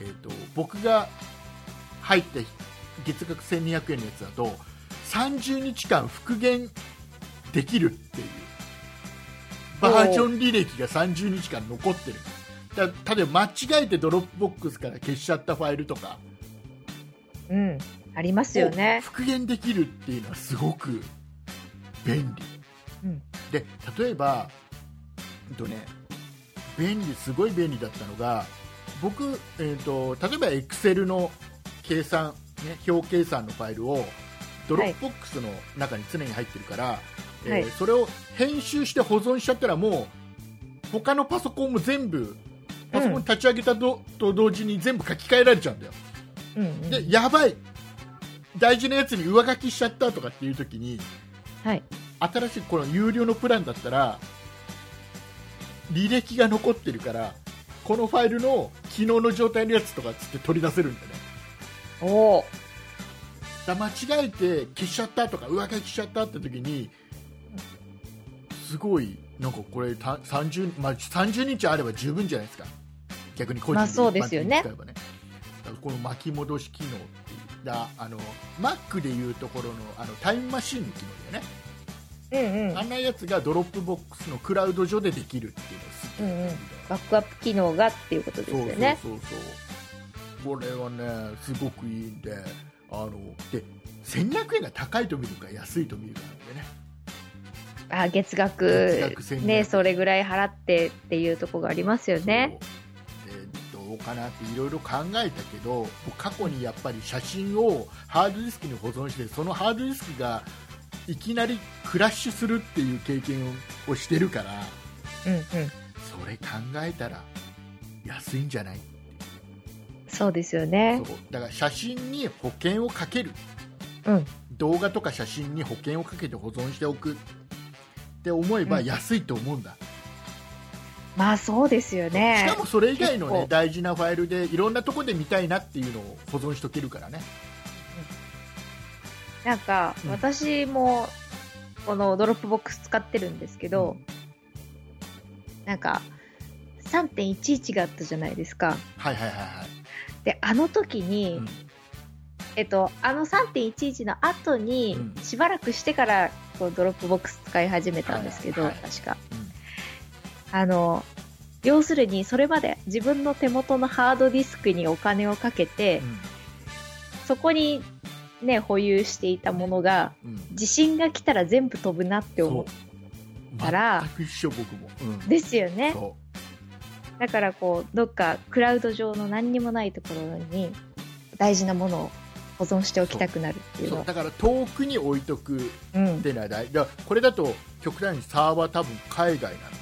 S2: えー、と僕が入った月額1200円のやつだと30日間復元できるっていうバージョン履歴が30日間残ってるだ例えば間違えてドロップボックスから消しちゃったファイルとか
S3: うんありますよね
S2: 復元できるっていうのはすごく便利
S3: うん
S2: で例えば、えっとね、便利すごい便利だったのが僕、えっと例えば Excel の計算、ね、表計算のファイルをドロップボックスの中に常に入ってるから、えー
S3: はい
S2: それを編集して保存しちゃったらもう他のパソコンも全部パソコン立ち上げたど、と同時に全部書き換えられちゃうんだよ。
S3: うんうん
S2: でやばい大事なやつに上書きしちゃったとかっていう時に
S3: はい
S2: 新しいこの有料のプランだったら履歴が残ってるからこのファイルの昨日の状態のやつとかっつって取り出せるんだよね
S3: おお
S2: だ間違えて消しちゃったとか上書きしちゃったって時にすごいなんかこれた 30,、まあ、30日あれば十分じゃないですか逆に個人
S3: まあそうですよね
S2: 一般的に使えばねだからこの巻き戻し機能っていうだあのマックでいうところのあのタイムマシンの機能だよね、
S3: うんうん
S2: あんなやつがドロップボックスのクラウド上でできるっていうのすごい便利だ
S3: バックアップ機能がっていうことですよね
S2: そうそうそうそうこれはねすごくいいんであので1200円が高いと見るか安いと見るかなんでね
S3: あ月
S2: 月
S3: 額
S2: 額1200円
S3: ねそれぐらい払ってっていうとこがありますよね
S2: そうでどうかなっていろいろ考えたけど僕過去にやっぱり写真をハードディスクに保存してそのハードディスクがいきなりクラッシュするっていう経験をしてるから
S3: うんうん
S2: それ考えたら安いんじゃない
S3: そうですよね
S2: そうだから写真に保険をかける
S3: うん
S2: 動画とか写真に保険をかけて保存しておくって思えば
S3: うん
S2: 安いと思うんだ、
S3: まあそうですよ
S2: し
S3: ね
S2: かもそれ以外の、
S3: 結
S2: ね
S3: 構、
S2: 大事なファイルでいろんなとこで見たいなっていうのを保存しとけるからね
S3: なんか
S2: うん
S3: 私もこのドロップボックス使ってるんですけど、なんか3.11があったじゃないですか
S2: はいはいはいはい
S3: であの時に、
S2: うん
S3: えっと、あの3.11の後に、
S2: うん
S3: しばらくしてからこうドロップボックス使い始めたんですけど、
S2: はいはい
S3: 確か
S2: うん
S3: あの要するにそれまで自分の手元のハードディスクにお金をかけて、そこにね保有していたものが
S2: うんうん
S3: 地震が来たら全部飛ぶなって思う
S2: そう
S3: たら
S2: 全く一緒僕も、うん
S3: ですよね
S2: そ
S3: だからこうどっかクラウド上の何にもないところに大事なものを保存しておきたくなるって
S2: う
S3: いう
S2: そう
S3: の
S2: だから遠くに置いとくっ
S3: うん
S2: てのは大事だからこれだと極端にサーバー多分海外なのかな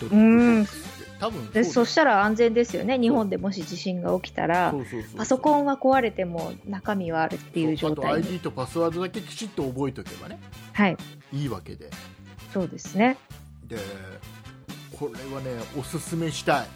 S2: ドロップボックスって多分そうだ
S3: で
S2: よ
S3: そしたら安全ですよね日本でもし地震が起きたら
S2: そうそうそうそう
S3: パソコンは壊れても中身はあるっていう
S2: そう
S3: 状態
S2: あと
S3: に
S2: ID とパスワードだけきちっと覚えておけばね
S3: はい
S2: いいわけで
S3: そうですね
S2: でこれはねおすすめしたい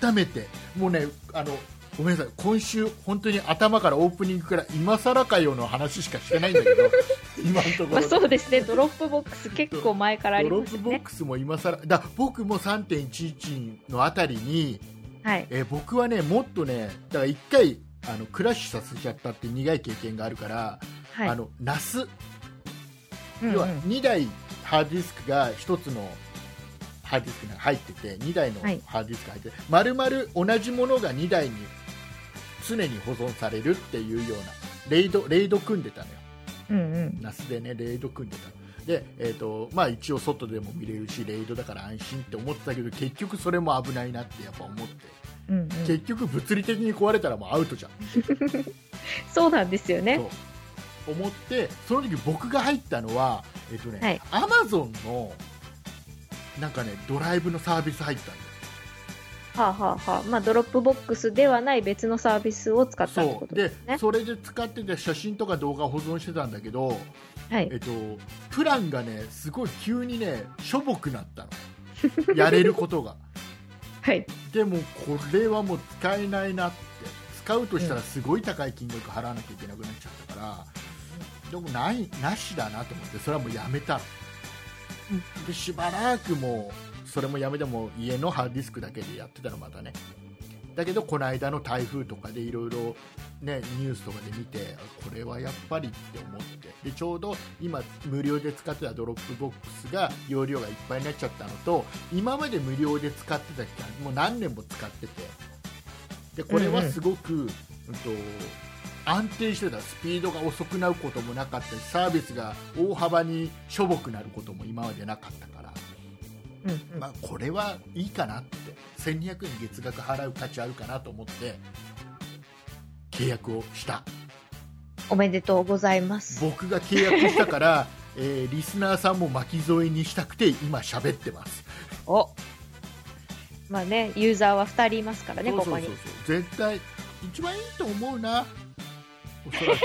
S2: 改めてもうねあのごめんなさい今週本当に頭からオープニングから今更かよの話しかしてないんだけど
S3: [laughs]
S2: 今のとこ
S3: まあ
S2: ろ、
S3: そうですねドロップボックス結構前からあ
S2: ド
S3: り
S2: ロ
S3: ま
S2: ッ
S3: す
S2: プ
S3: よ
S2: ボッ
S3: ね
S2: クスも今更だ僕も3.11のあたりに
S3: はい
S2: えー僕はねもっとねだから1回あのクラッシュさせちゃったって苦い経験があるから、
S3: はい
S2: あのナス
S3: うんうん
S2: 要は2台ハードディスクが1つのハードディスクに入ってて2台の
S3: はい
S2: ハードディスクが入ってて、丸々同じものが2台に常に保存されるっていうようなレイドレイド組んでたのよ
S3: うんうん
S2: ナスでねレイド組んでたので、えーとまあ、一応外でも見れるしレイドだから安心って思ってたけど結局それも危ないなってやっぱ思って、
S3: うんうん
S2: 結局物理的に壊れたらもうアウトじゃん
S3: そうなんですよね
S2: そう思ってその時僕が入ったのはえっと
S3: は
S2: ね
S3: い
S2: アマゾンのなんかねドライブのサービス入ったん
S3: はあはあはあまあドロップボックスではない別のサービスを使っ
S2: だ
S3: たって
S2: そ
S3: こ
S2: う
S3: とで
S2: です
S3: ね
S2: それで使ってて写真とか動画を保存してたんだけど、
S3: はい
S2: えっと、プランがねすごい急にねしょぼくなったのやれることが
S3: はい
S2: でもこれはもう使えないなって使うとしたらすごい高い金額払わなきゃいけなくなっちゃったから、でもないなしだなと思ってそれはもうやめたの、でしばらくもうそれもやめても家のハードディスクだけでやってたのまたねだけどこの間の台風とかでいろいろねニュースとかで見てこれはやっぱりって思ってでちょうど今無料で使ってたドロップボックスが容量がいっぱいになっちゃったのと今まで無料で使ってた期間もう何年も使っててでこれはすごく、うんと、安定してたスピードが遅くなることもなかったしサービスが大幅にしょぼくなることも今までなかったから、
S3: うんうん
S2: まあ、これはいいかなって1200円月額払う価値あるかなと思って契約をした
S3: おめでとうございます
S2: 僕が契約し
S3: [laughs]
S2: たから、えーリスナーさんも巻き添えにしたくて今喋ってます
S3: おまあねユーザーは2人いますからね
S2: そうそうそう
S3: ここ
S2: そう
S3: に
S2: 絶対一番いいと思うなおそ
S3: [laughs]
S2: らく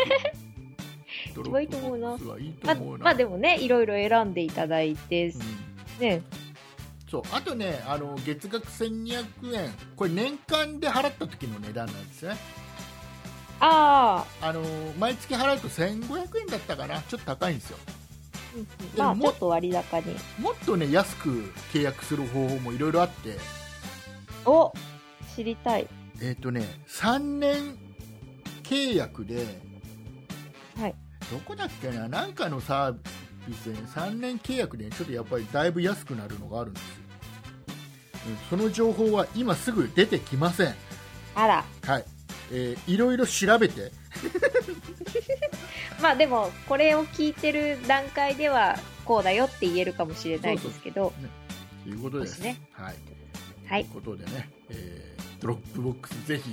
S2: ドロ
S3: 番いい
S2: ッ
S3: と
S2: プ
S3: 思
S2: ボ
S3: うな
S2: ックスはいいと
S3: ま
S2: 思うな、
S3: まあでもねいろいろ選んでいただいて
S2: うん
S3: ね
S2: そうあとねあの月額1200円これ年間で払った時の値段なんですね
S3: ああ
S2: あの毎月払うと1500円だったかなちょっと高いんですよ
S3: うんうん
S2: で
S3: まあ
S2: も
S3: ちょっと割高に
S2: もっとね安く契約する方法もいろいろあって
S3: お知りたい
S2: えっ、とね3年契約で、
S3: はい
S2: どこだっけななんかのサービスで、ね、3年契約で、ちょっとやっぱりだいぶ安くなるのがあるんですよ、うん、その情報は今すぐ出てきません
S3: あら
S2: はい、えーいろいろ調べて
S3: まあでもこれを聞いてる段階ではこうだよって言えるかもしれないですけど
S2: ということです
S3: そうですね
S2: はい、
S3: はい
S2: ということでね、えードロップボックスぜひ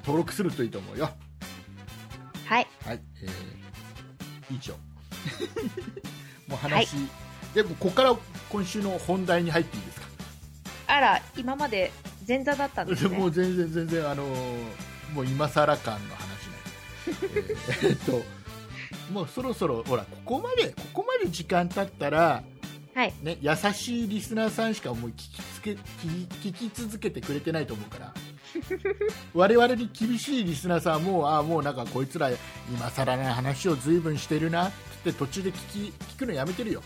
S2: 登録するといいと思うよ
S3: はい
S2: はい、えー
S3: [laughs]
S2: 以上もう話、でもここから今週の本題に入っていいですか
S3: あら今まで前座だったんですね
S2: もう全然全然あのーもう今更感
S3: [laughs]
S2: の話ねえーえっともうそろそろほらここまでここまで時間経ったら
S3: はい
S2: ね優しいリスナーさんしかもう聞きつけ聞き聞き続けてくれてないと思うから
S3: [laughs]
S2: 我々に厳しいリスナーさんはもうああもうなんかこいつら今更な話を随分してるなって途中で聞き聞くのやめてるよ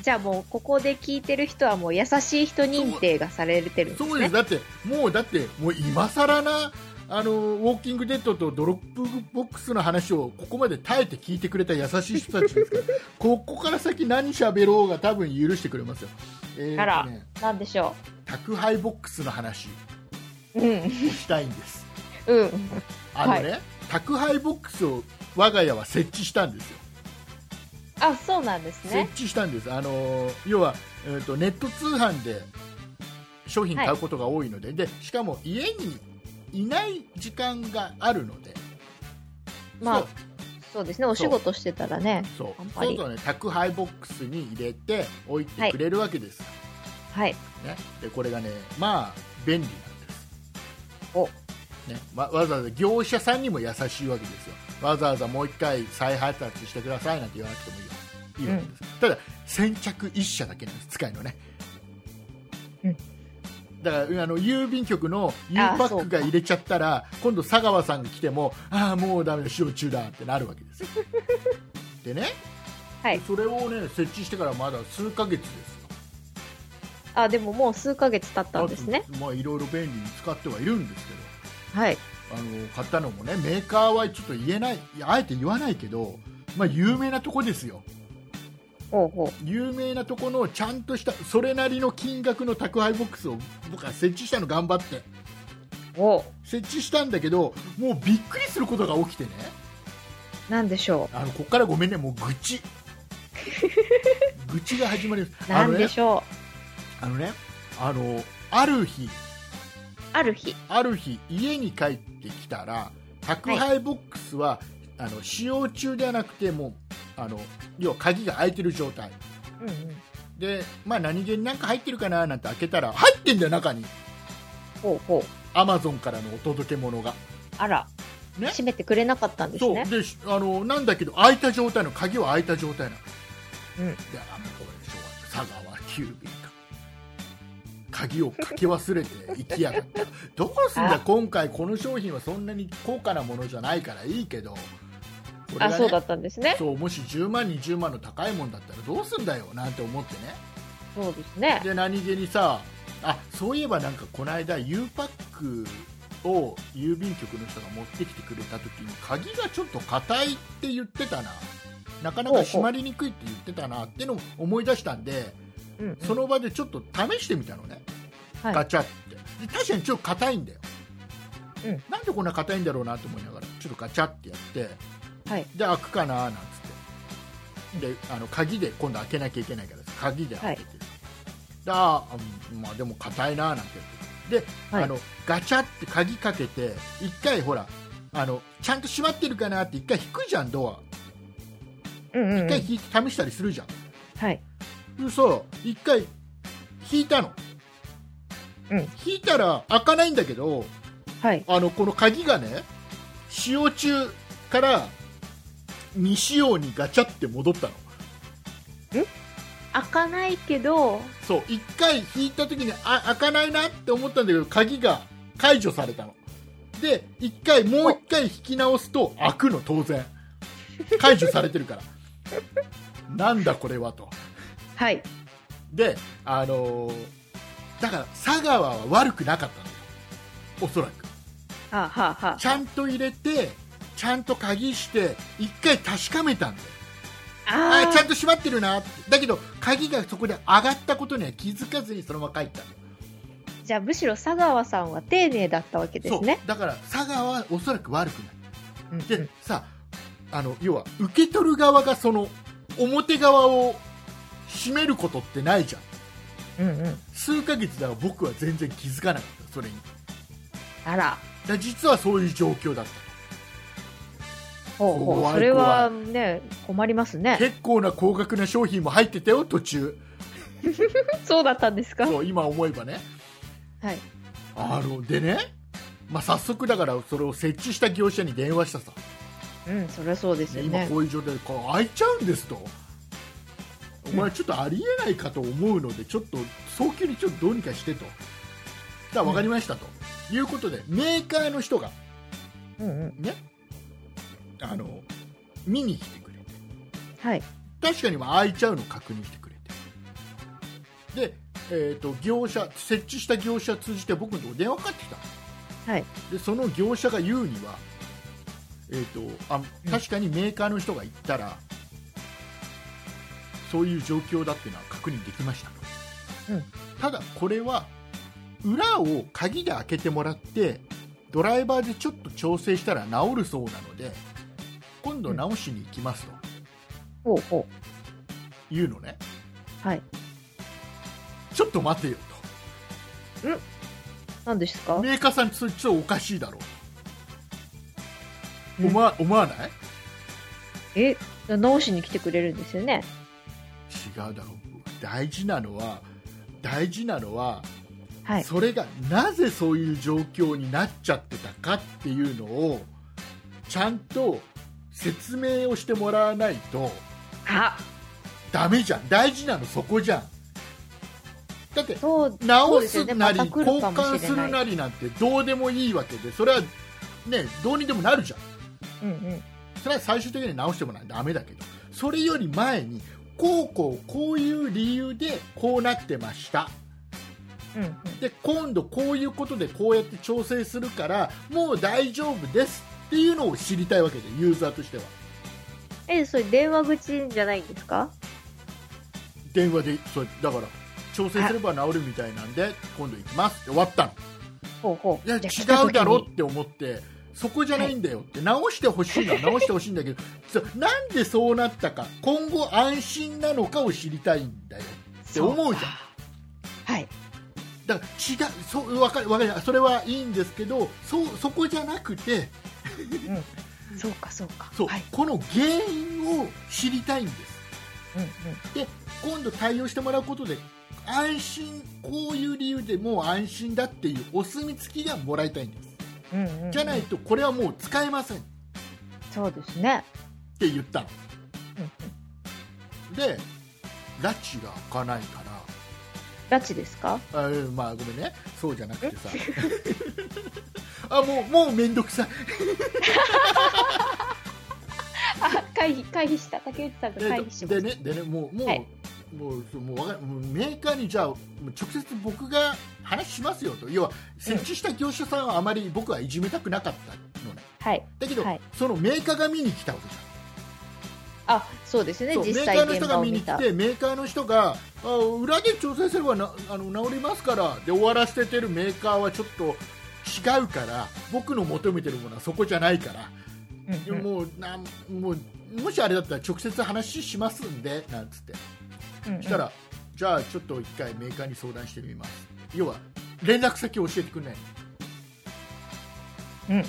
S3: じゃあもうここで聞いてる人はもう優しい人認定がされてるんですね
S2: そうです、だって、もうだって、もう今更な、あのウォーキングデッドとドロップボックスの話をここまで耐えて聞いてくれた優しい人たちです
S3: [laughs]
S2: から、ここから先何喋ろうが多分許してくれますよ。えー
S3: あら
S2: とね
S3: なんでしょ
S2: 宅配ボックスの話
S3: ううん
S2: をしたいんです。
S3: うん
S2: あのね、宅配ボックスを我が家は設置したんですよ。
S3: あそうなんですね
S2: 設置したんです、あのー要は、えー、とネット通販で商品買うことが多いので,、でしかも家にいない時間があるので、
S3: まあそうですねお仕事してたらね
S2: そう
S3: あん
S2: そ
S3: ま
S2: う
S3: り
S2: そうするとね宅配ボックスに入れて置いてくれるわけです、
S3: はい
S2: ね、でこれがねまあ便利なんです
S3: お
S2: ねわわざわざ業者さんにも優しいわけですよわざわざもう一回再配達してくださいなんて言わなくてもいいよいいわけです、ただ先着1社だけなんです使いのね、
S3: うん
S2: だからうんあの郵便局の U
S3: あ
S2: パ
S3: ー
S2: ックが入れちゃったら今度佐川さんが来てもああもうダメだ使用中だってなるわけですよ
S3: [laughs]
S2: でね、
S3: はい
S2: それをね設置してからまだ数ヶ月ですよ
S3: あでももう数ヶ月経ったんですね
S2: あとまあいろいろ便利に使ってはいるんですけど
S3: はい
S2: あの買ったのもねメーカーはちょっと言えないいやあえて言わないけど、まあ、有名なとこですよ
S3: ほうほう
S2: 有名なとこのちゃんとしたそれなりの金額の宅配ボックスを僕は設置したの頑張って
S3: お
S2: 設置したんだけどもうびっくりすることが起きてね
S3: なんでしょ
S2: あのここからごめんねもう愚
S3: [laughs]
S2: 痴愚痴が始まります
S3: う
S2: あ
S3: な
S2: の
S3: ん
S2: ね
S3: でしょ
S2: あのねあのある日
S3: うある日
S2: ある日家に帰ってきたら宅配ボックスは、あの使用中ではなくてもうあの要は鍵が開いてる状態
S3: うんうん
S2: で、まあ、何気になんか入ってるかななんて開けたら入ってんだよ中に
S3: ほうほう
S2: アマゾンからのお届け物が。
S3: あら、
S2: ね
S3: 閉めてくれなかったんです
S2: そう
S3: ね。
S2: でしあのなんだけど開いた状態の鍵は開いた状態なの、
S3: うん
S2: であもうこれしょうがない佐川急便か鍵をかけ忘れて行きやがった [laughs] どうすんだ
S3: あ
S2: 今回この商品はそんなに高価なものじゃないからいいけどこれが
S3: あ、
S2: ね
S3: そうだったんですね。
S2: そうもし10万20万の高いもんだったらどうすんだよなんて思ってね
S3: そうですね。
S2: で何気にさあそういえばなんかこの間 U パックを郵便局の人が持ってきてくれた時に鍵がちょっと硬いって言ってたななかなか閉まりにくいって言ってたなってのを思い出したんで
S3: うんうん、
S2: その場でちょっと試してみたのね、
S3: はい
S2: ガチャってで確かにちょっと硬いんだよ、
S3: うん
S2: なんでこんな硬いんだろうなと思いながらちょっとガチャってやって
S3: はい。
S2: で開くかななんつってであの鍵で今度開けなきゃいけないから鍵で開けて、だあうんまあでも硬いななんて言ってで、
S3: はい
S2: あのガチャって鍵かけて一回ほらあのちゃんと閉まってるかなって一回引くじゃんドア
S3: うんうん、う
S2: 一
S3: ん。
S2: 回引いて試したりするじゃん、
S3: はい。
S2: そう一回引いたの、
S3: うん
S2: 引いたら開かないんだけど
S3: はい。
S2: あのこの鍵がね使用中から未使用にガチャって戻ったの
S3: 開かないけど、
S2: そう1回引いた時にあ開かないなって思ったんだけど鍵が解除されたので1回もう1回引き直すと開くの当然解除されてるから [laughs] なんだこれはと
S3: はい。
S2: であのーだから佐川は悪くなかったのよおそらく
S3: はあ、はあはあ、
S2: ちゃんと入れてちゃんと鍵して一回確かめたんだよ
S3: あ
S2: あ
S3: ー
S2: ちゃんと閉まってるなってだけど鍵がそこで上がったことには気づかずにそのまま帰ったんだよ
S3: じゃあむしろ佐川さんは丁寧だったわけですね
S2: そうだから佐賀はおそらく悪くない
S3: うんう
S2: で
S3: ん
S2: さあの要は受け取る側がその表側を閉めることってないじゃん
S3: うんうん
S2: 数ヶ月では僕は全然気づかなかったそれに
S3: あら
S2: だから実はそういう状況だった
S3: ほうほう
S2: 怖い
S3: それはね困りますね
S2: 結構な高額な商品も入ってたよ途中
S3: [laughs] そうだったんですか
S2: そう今思えばね
S3: はい
S2: あのでね、まあ、早速だからそれを設置した業者に電話したさ、
S3: うんそりゃそうですよ
S2: 今
S3: ね
S2: こういう状態でこう開いちゃうんですとお前ちょっとありえないかと思うのでちょっと早急にちょっとどうにかしてとだから分かりましたと、いうことでメーカーの人が
S3: うんうん
S2: ねあの見に来てくれて
S3: はい
S2: 確かにまあ開いちゃうのを確認してくれてで、えー、と業者設置した業者通じて僕のとこ電話かかってきた
S3: はい
S2: でその業者が言うには、えー、とあ
S3: うん
S2: 確かにメーカーの人が言ったら、そういう状況だっていうのは確認できましたと、
S3: うん
S2: ただこれは裏を鍵で開けてもらってドライバーでちょっと調整したら治るそうなので今度直しに行きますと
S3: ほうほ
S2: いうのね
S3: うはい
S2: ちょっと待てよ
S3: 何です
S2: と
S3: か
S2: メーカーさんそれちょっとおかしいだろう、
S3: うん
S2: 思わ思わない
S3: え直しに来てくれるんですよね
S2: 違うだろう大事なのは大事なのは、
S3: はい
S2: それがなぜそういう状況になっちゃってたかっていうのをちゃんと説明をしてもらわないと
S3: あ
S2: ダメじゃん大事なのそこじゃんだって
S3: そうそう
S2: 直
S3: ですよ
S2: す
S3: ね
S2: なり、
S3: また来
S2: 交
S3: るかもしれない
S2: 換するなりなんてどうでもいいわけでそれはねどうにでもなるじゃ
S3: う
S2: ん
S3: んうん
S2: それは最終的に直してもらうダメだけどそれより前にこうこうこういう理由でこうなってました
S3: うんうん
S2: で今度こういうことでこうやって調整するからもう大丈夫ですっていうのを知りたいわけでユーザーとしては
S3: えそれ電話口じゃないんですか
S2: 電話でそうだから調整すれば治るみたいなんで今度行きますって終わったの
S3: ほうほう
S2: いや
S3: じゃあ来た時
S2: 違
S3: に
S2: うだろって思ってそこじゃないんだよって、直してほし
S3: [laughs]
S2: いのは直してほしいんだけどそうなんでそうなったか今後安心なのかを知りたいんだよって思うじゃん
S3: んはい
S2: だから違うそうわかるわかるそれはいいんですけどそうそこじゃなくて
S3: そうかそうか
S2: そう、
S3: はい
S2: この原因を知りたいんです
S3: うんうん
S2: 今度対応してもらうことで安心こういう理由でもう安心だっていうお墨付きがもらいたいんです
S3: うんうん
S2: じゃないとこれはもう使えませんっ
S3: そうですね
S2: て言ったの
S3: うんうん
S2: で拉致が開かないから
S3: 拉致ですか
S2: あうんまあごめんねそうじゃなくてさ [laughs] あもうもうめんどくさい
S3: あ回避回避した竹内さんが
S2: で
S3: 回避しま
S2: で
S3: した
S2: ねでねもうもう、
S3: はい
S2: もうそうもうわかもうメーカーにじゃあもう直接僕が話しますよと要は設置した業者さんはあまり僕はいじめたくなかったのね
S3: はい
S2: だけど、
S3: はい
S2: そのメーカーが見に来たわけじゃん
S3: あそうですね
S2: そう
S3: 実
S2: メーカー
S3: 際
S2: の人
S3: 現
S2: が
S3: 場を
S2: 見に
S3: 見
S2: 来
S3: た
S2: てメーカーの人があ裏で調整すればなあの治りますからで終わらせてるメーカーはちょっと違うから僕の求めてるものはそこじゃないから、
S3: うんうん
S2: もうなんもうもしあれだったら直接話しますんでなんつって
S3: うんうん
S2: したら、じゃあちょっと一回メーカーに相談してみます要は連絡先を教えてくれない
S3: うん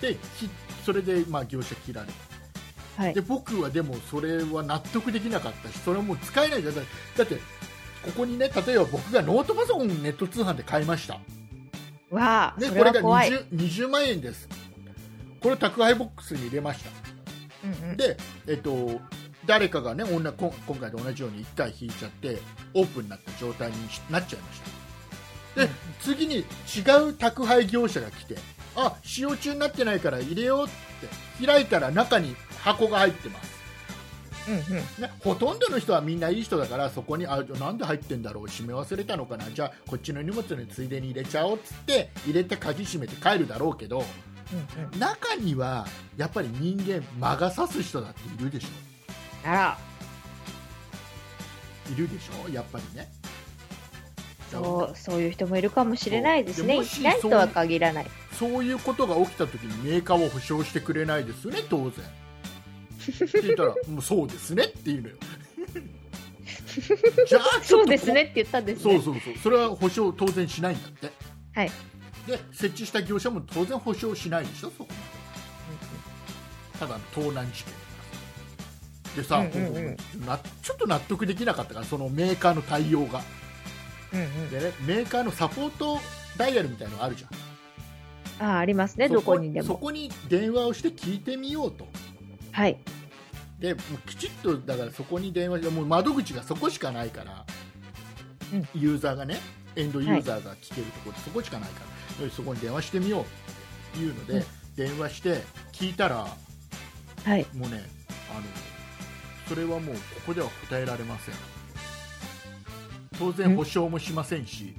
S2: でひそれでまあ業者切られ
S3: はい
S2: で僕はでもそれは納得できなかったしそれはもう使えないじゃんだだってここにね例えば僕がノートパソコンをネット通販で買いました、
S3: わあ
S2: ね、
S3: そ
S2: こ
S3: れは
S2: れが
S3: 怖い
S2: 20, 20万円ですこれを宅配ボックスに入れました
S3: うんうん
S2: で、えっと、誰かがね女こん今回と同じように1回引いちゃってオープンになった状態になっちゃいましたで、
S3: うん
S2: 次に違う宅配業者が来てあ使用中になってないから入れようって開いたら中に箱が入ってます
S3: うんうん
S2: ね、ほとんどの人はみんないい人だからそこにあなんで入ってんだろう閉め忘れたのかなじゃあこっちの荷物についでに入れちゃおうっつって入れて鍵閉めて帰るだろうけど
S3: うんうん
S2: 中にはやっぱり人間魔が差す人だっているでしょ
S3: あら
S2: いるでしょやっぱりね
S3: そうそういう人もいるかもしれないですね
S2: そうでも
S3: い
S2: し
S3: ないとは限らない
S2: そういうことが起きた時にメーカーは保証してくれないですよね当然って
S3: [laughs]
S2: 言ったらもうそうですねって言うのよじゃ
S3: [laughs]
S2: あち
S3: そ
S2: ょっと
S3: うですねって言ったんです
S2: そ
S3: ね
S2: うそうそうそれは保証当然しないんだって
S3: はい
S2: で設置した業者も当然保証しないでしょそこただの盗難事件でさ、
S3: うんうんうん
S2: 僕なちょっと納得できなかったからそのメーカーの対応が
S3: うんうん
S2: で、ね、メーカーのサポートダイヤルみたいのがあるじゃん
S3: ああありますねどこにで
S2: そ
S3: も
S2: こに電話をして聞いてみようと
S3: はい
S2: でもうきちっとだからそこに電話してもう窓口がそこしかないから、
S3: うん
S2: ユーザーがねエンドユーザーが聞けるところでそこしかないから、よしそこに電話してみようっていうので、
S3: うん
S2: 電話して聞いたら
S3: はい
S2: もうねあのそれはもうここでは答えられません当
S3: う
S2: 然
S3: ん
S2: 保証もしませんし、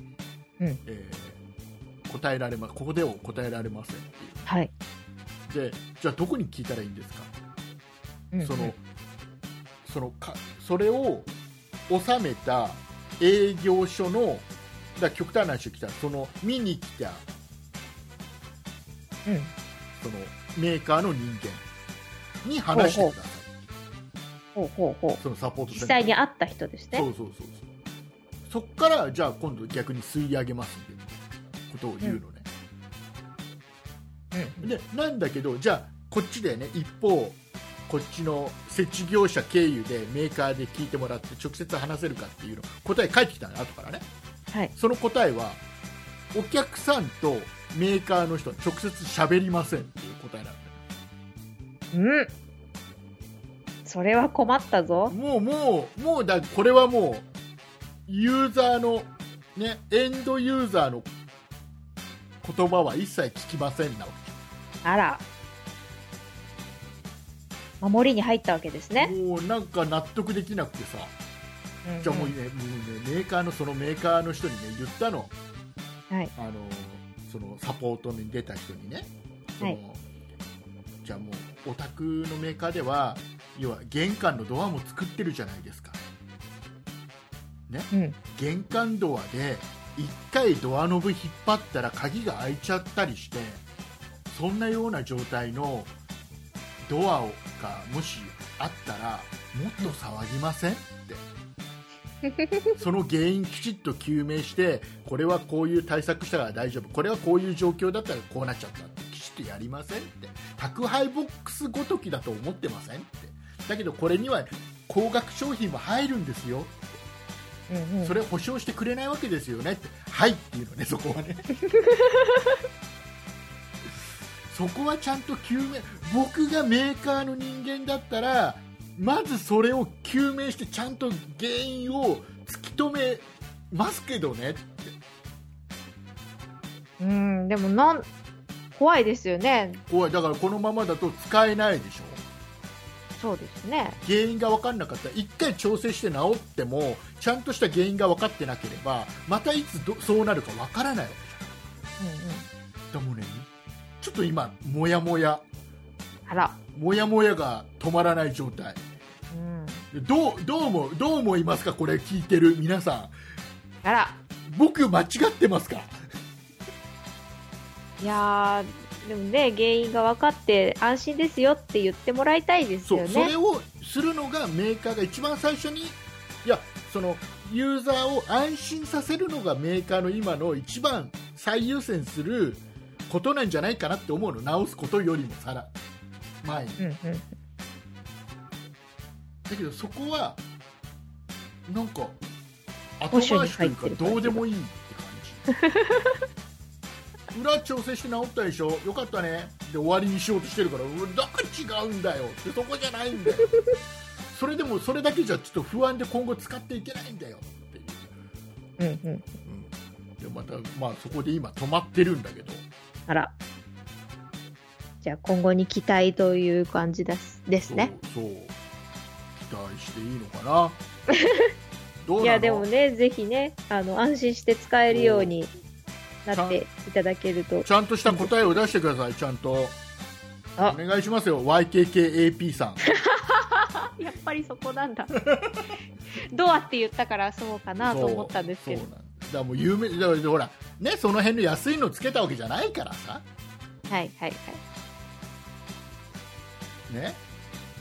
S3: うん
S2: えー答えられまここでは答えられませんっていう
S3: はい
S2: でじゃあどこに聞いたらいいんですか、
S3: うんうん
S2: そのそのかそれを納めた営業所のだから極端な話が来たらその見に来た
S3: うん
S2: そのメーカーの人間に話してください
S3: ほうほうほう
S2: そのサポート
S3: 実
S2: センター
S3: 際に会った人です
S2: そ
S3: ね
S2: うそうそうそうそっからじゃあ今度逆に吸い上げますってことを言うのね、
S3: うん
S2: でなんだけどじゃあこっちでね一方こっちの設置業者経由でメーカーで聞いてもらって直接話せるかっていうの答え返ってきたの後からね
S3: はい
S2: その答えはお客さんとメーカーの人は直接喋りませんっていう答えなんだ
S3: うんそれは困ったぞ
S2: もうもうもうだこれはもうユーザーのねエンドユーザーの言葉は一切聞きませんなわけ
S3: あら守りに入ったわけですね、
S2: もうなんか納得できなくてさ
S3: うん
S2: じゃあもうね,、もうねメーカーのそのメーカーの人にね言ったの,、
S3: はい
S2: あのそのサポートに出た人にねその、
S3: はい
S2: じゃあもうお宅のメーカーでは要は玄関のドアも作ってるじゃないですか
S3: うん
S2: 玄関ドアで1回ドアノブ引っ張ったら鍵が開いちゃったりしてそんなような状態のドアがもしあったらもっと騒ぎませんってその原因きちっと究明してこれはこういう対策したから大丈夫これはこういう状況だったらこうなっちゃったってきちっとやりませんって宅配ボックスごときだと思ってませんってだけどこれには高額商品も入るんですよ
S3: うんうん
S2: それ保証してくれないわけですよねって、はいっていうのね、そこは
S3: [laughs]
S2: ね。そこはちゃんと究明、僕がメーカーの人間だったら、まずそれを究明して、ちゃんと原因を突き止めますけどねって、
S3: うんでもなん怖いですよね
S2: おい、だからこのままだと使えないでしょ。
S3: そうですね
S2: 原因が分かんなかったら1回調整して治ってもちゃんとした原因が分かってなければまたいつどそうなるか分からないわけじゃん
S3: うん
S2: でもねちょっと今モヤモヤ
S3: うんあら
S2: モヤモヤが止まらない状態
S3: うん
S2: どうどうもどう思いますかこれ聞いてる皆さ
S3: あら
S2: ん僕間違ってますか
S3: いやーでもね原因が分かって安心ですよって言ってもらいたいです
S2: そう、
S3: よ
S2: それ
S3: ね
S2: をするのがメーカーが一番最初にいやそのユーザーを安心させるのがメーカーの今の一番最優先することなんじゃないかなって思うの直すことよりもさら前に
S3: うんうん
S2: だけどそこはなんか
S3: 保
S2: 後回
S3: 守に
S2: しと
S3: 入
S2: い
S3: っ
S2: うか
S3: てる感じ
S2: どうでもいいって感じ [laughs] 裏調整して治ったでしょよかったねで終わりにしようとしてるから俺だから違うんだよってそこじゃないんだよそれでもそれだけじゃちょっと不安で今後使っていけないんだよっていう、
S3: うんうん
S2: うん、でまた、まあ、そこで今止まってるんだけど
S3: あらじゃあ今後に期待という感じですですね
S2: そうそう期待していいのか
S3: [laughs]
S2: などうなの
S3: いやでもねぜひねあの安心して使えるようになっていただけると
S2: ちゃんとした答えを出してくださいちゃんとお
S3: あ
S2: 願いしますよ YKKAP さん
S3: やっぱりそこなんだドアって言ったからそうかなと思ったんですけど
S2: そうそうなんですだからもう有名だからほらねその辺の安いのつけたわけじゃないからさ
S3: はいはいはい
S2: ね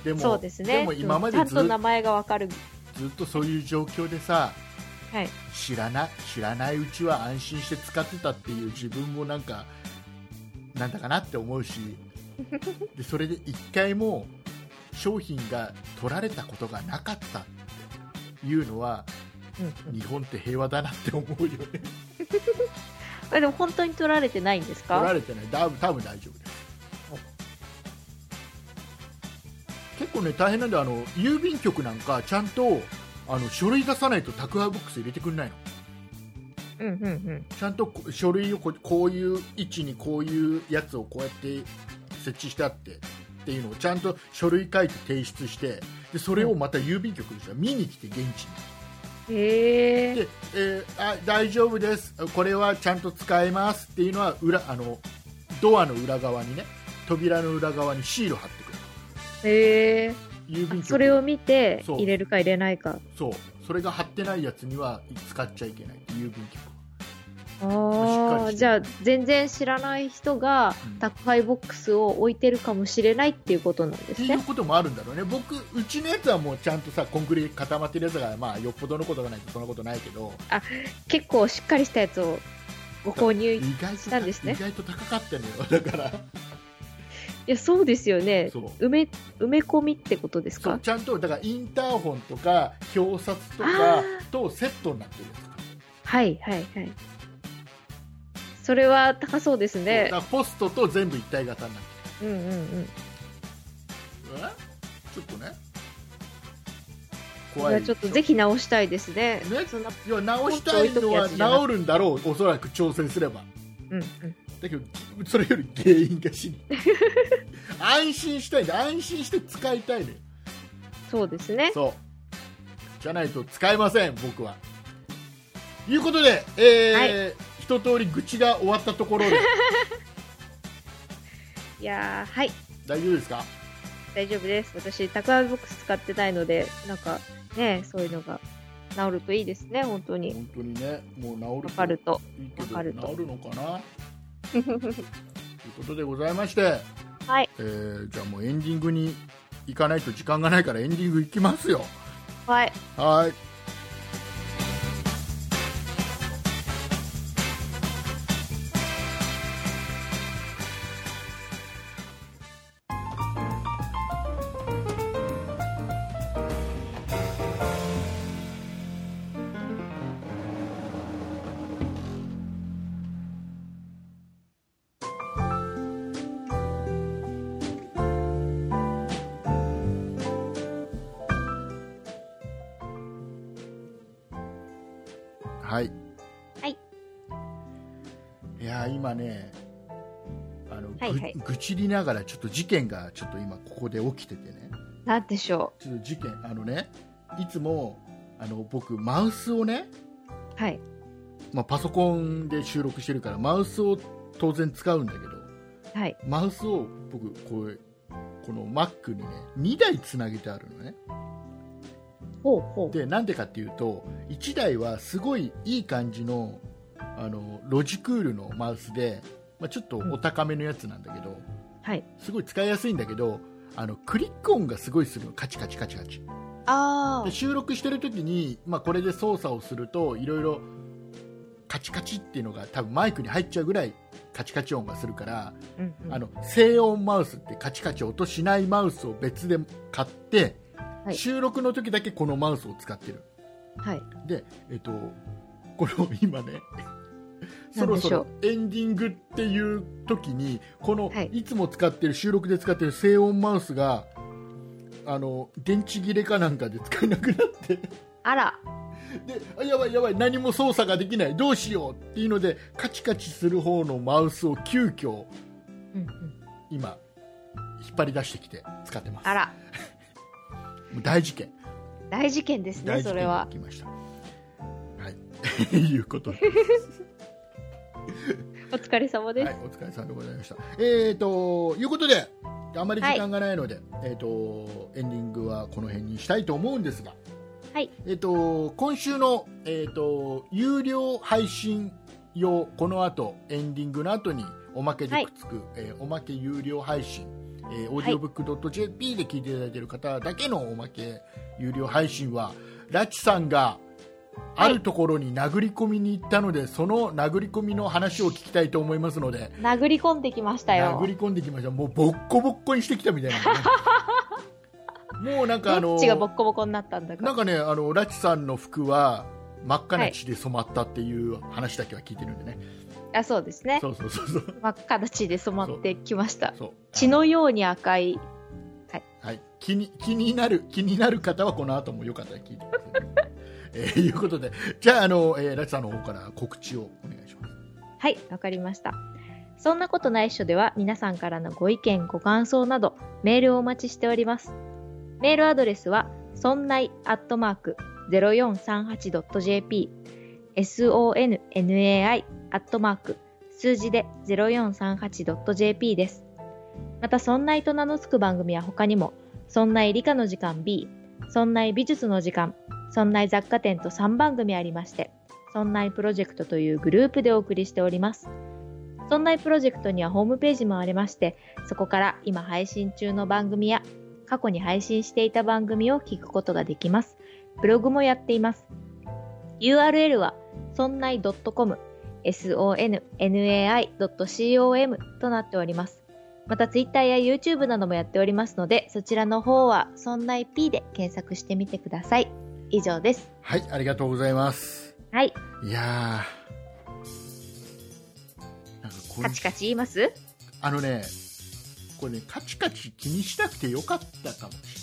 S2: でも
S3: そうですね
S2: も今まで
S3: ちゃん
S2: ず
S3: と名前がわかる
S2: ずっとそういう状況でさ
S3: はい
S2: 知らな知らないうちは安心して使ってたっていう自分もなんかなんだかなって思うし
S3: [laughs]
S2: でそれで一回も商品が取られたことがなかったっていうのは日本って平和だなって思うよね
S3: えでも本当に取られてないんです
S2: 取ら
S3: か
S2: れてないだ多分大丈夫です結構ね大変なんであの郵便局なんかちゃんとあの書類出さないと宅配ボックス入れてくれないの
S3: うんうんうん
S2: ちゃんとこ書類をここういう位置にこういうやつをこうやって設置してあってっていうのをちゃんと書類書いて提出してでそれをまた郵便局の人が見に来て現地
S3: へ
S2: に
S3: え
S2: で、えーあ大丈夫ですこれはちゃんと使えますっていうのは裏あのドアの裏側にね扉の裏側にシール貼ってく
S3: へえ
S2: る郵便局
S3: それを見て
S2: そう
S3: 入れるか入れないか
S2: そうそれが貼ってないやつには使っちゃいけない郵便局しっ
S3: あ
S2: かり
S3: あ
S2: して
S3: じゃあ全然知らない人が
S2: うん
S3: 宅配ボックスを置いてるかもしれないっていうことなんで
S2: って
S3: す
S2: いう
S3: ね
S2: こともあるんだろうね、僕、うちのやつはもうちゃんとさ、コンクリ固まってるやつが、まあ、よっぽどのことがないと、そんなことないけど、
S3: 結構しっかりしたやつをご購入
S2: 意
S3: い
S2: 外と
S3: したんですね
S2: 意外と高かったのよ、だから、
S3: やそうですよね
S2: そう
S3: 埋め埋め込みってことです
S2: そう
S3: か
S2: ちゃんとだからインターホンとか、表札と
S3: あ
S2: かとセットになってるやつ
S3: はいはいはいそれは高そうです
S2: そうだ
S3: ね
S2: からポストと全部一体型になって
S3: うんうんうん
S2: る、えちょっとね、
S3: こ
S2: 怖
S3: れ
S2: い
S3: はちょっとぜひ直したいですね
S2: ね
S3: そんない
S2: や直したいのは治るんだろう、おそらく挑戦すれば。
S3: うんうん
S2: だけどそれより原因
S3: [laughs]
S2: が知りたい安心したいんで安心して使いたいのよ
S3: そうですね
S2: そうじゃないと使えません僕はいうことで、えー一通り愚痴が終わったと
S3: [laughs]
S2: ころで
S3: いやーはい
S2: 大丈夫ですか
S3: 大丈夫です私宅配ボックス使ってないのでなんかねそういうのが治るといいですね本当に
S2: 本当にねもう治
S3: わか
S2: る
S3: る
S2: [laughs]
S3: と
S2: いいけ
S3: わかる
S2: ど
S3: と
S2: 治るのかなということでございまして、
S3: はい
S2: えーじゃあもうエンディングに行かないと時間がないからエンディング行きますよ
S3: はい
S2: はいはい。
S3: はい。
S2: いやー今ね、あの、
S3: はいはい
S2: ぐ愚痴りながらちょっと事件がちょっと今ここで起きててね。
S3: なんでしょ
S2: ちょっと事件あのね、いつもあの僕マウスをね、
S3: うはい
S2: まあパソコンで収録してるからマウスを当然使うんだけど、
S3: はい
S2: マウスを僕これこの Mac にね2台つなげてあるのね。
S3: ほうほう
S2: でなんでかっていうと1台はすごいいい感じのあのロジクールのマウスで、まあ、ちょっとお高めのやつなんだけど、
S3: はい
S2: すごい使いやすいんだけどあのクリック音がすごいするのカチカチカチカチ
S3: あ
S2: で収録してる時に、まあ、これで操作をするといろいろカチカチっていうのが多分マイクに入っちゃうぐらいカチカチ音がするから、
S3: うんうん
S2: あの静音マウスってカチカチ音しないマウスを別で買って、
S3: はい
S2: 収録の時だけこのマウスを使ってる
S3: はい
S2: で、えっと、これを今
S3: [laughs]
S2: ね、そろそろエンディングっていう時に、この
S3: はい
S2: いつも使ってる、収録で使ってる静音マウスが、あの電池切れかなんかで使えなくなって、 [laughs] で
S3: あら
S2: あやばいやばい、何も操作ができない、どうしようっていうので、カチカチする方のマウスを急遽
S3: うんうん
S2: 今、引っ張り出してきて使ってます。
S3: あら
S2: もう大事件。
S3: 大事件ですね
S2: 大事
S3: そ
S2: 件
S3: れは
S2: が起きましたはい [laughs] いうことで
S3: お疲れ様です、
S2: はい、お疲れ様でございました。えー、ということで、あまり時間がないので、えー、とエンディングはこの辺にしたいと思うんですが、
S3: はい
S2: えー、と今週の、えー、と有料配信用、この後エンディングの後におまけでくっつく、えーおまけ有料配信、えー、audiobook.jp で聞いていただいている方だけのおまけ有料配信は、ラチさんがあるところに殴り込みに行ったので、その殴り込みの話を聞きたいと思いますので、
S3: 殴り込んできましたよ
S2: 殴り込んできましたもうボッコボッコにしてきたみたい
S3: [laughs]
S2: な、ね、もうなんかあ
S3: ど
S2: の
S3: っちがボッコボコになったんだか
S2: なんかねあのラチさんの服は真っ赤な血で染まったっていう話だけは聞いてるんでね、
S3: あそうですね
S2: そうそうそうそう
S3: 真っ赤な血で染まってきました
S2: そう
S3: 血のように赤い
S2: はい、気に気になる気になる方はこの後もよかったら聞いてください、
S3: [laughs]
S2: えーいうことでじゃああの、えーラチさんの方から告知をお願いします
S3: はい、わかりました。そんなことないっしょでは皆さんからのご意見、ご感想などメールをお待ちしております。メールアドレスは、そんないアットマーク 0438.jp、sonnai アットマーク数字で 0438.jp です。また、そんないと名の付く番組は他にも、そんない理科の時間 B、そんない美術の時間、そんない雑貨店と3番組ありまして、そんないプロジェクトというグループでお送りしております。そんないプロジェクトにはホームページもありまして、そこから今配信中の番組や過去に配信していた番組を聞くことができます。ブログもやっています。URL はそんない .com、sonnai.com となっております。また Twitter や YouTube などもやっておりますので、そちらの方はそんない P で検索してみてください。以上です。
S2: はいありがとうございます
S3: はい、
S2: いやーなんかこ
S3: カチカチ言います
S2: あのね、これね、カチカチ気にしなくてよかったかもし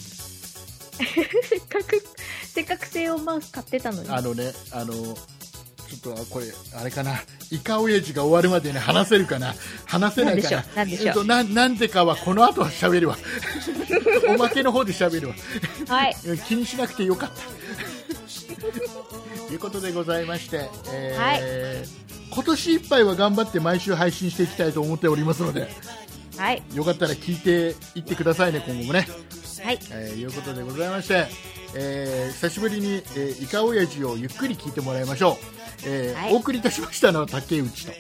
S3: せっかく、せっかく西洋マウス買ってたの
S2: れ
S3: に。
S2: ない。あのね、あの、ちょっと、これ、あれかな、イカオヤジが終わるまでに話せるかな、話せ
S3: な
S2: なんい
S3: でし
S2: か
S3: ょう。、
S2: な
S3: なんでし
S2: えっ
S3: ょ
S2: と、
S3: う。
S2: ななんでかはこの後は喋る [laughs] わおまけの方で喋るわ
S3: はい。
S2: うん気にしなくてよかった [laughs] ということでございまして、えー今年いっぱいは頑張って毎週配信していきたいと思っておりますので
S3: はい。
S2: よかったら聞いていってくださいね今後もね
S3: はい。
S2: えーいうことでございまして、えー久しぶりに、えーイカオヤジをゆっくり聞いてもらいましょう、えー
S3: はい
S2: お送りいたしましたのは竹内と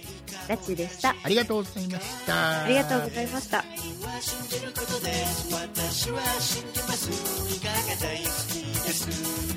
S3: ラチでした。
S2: ありがとうございました
S3: ありがとうございました。
S1: 信じることで私は信じますがが大好きです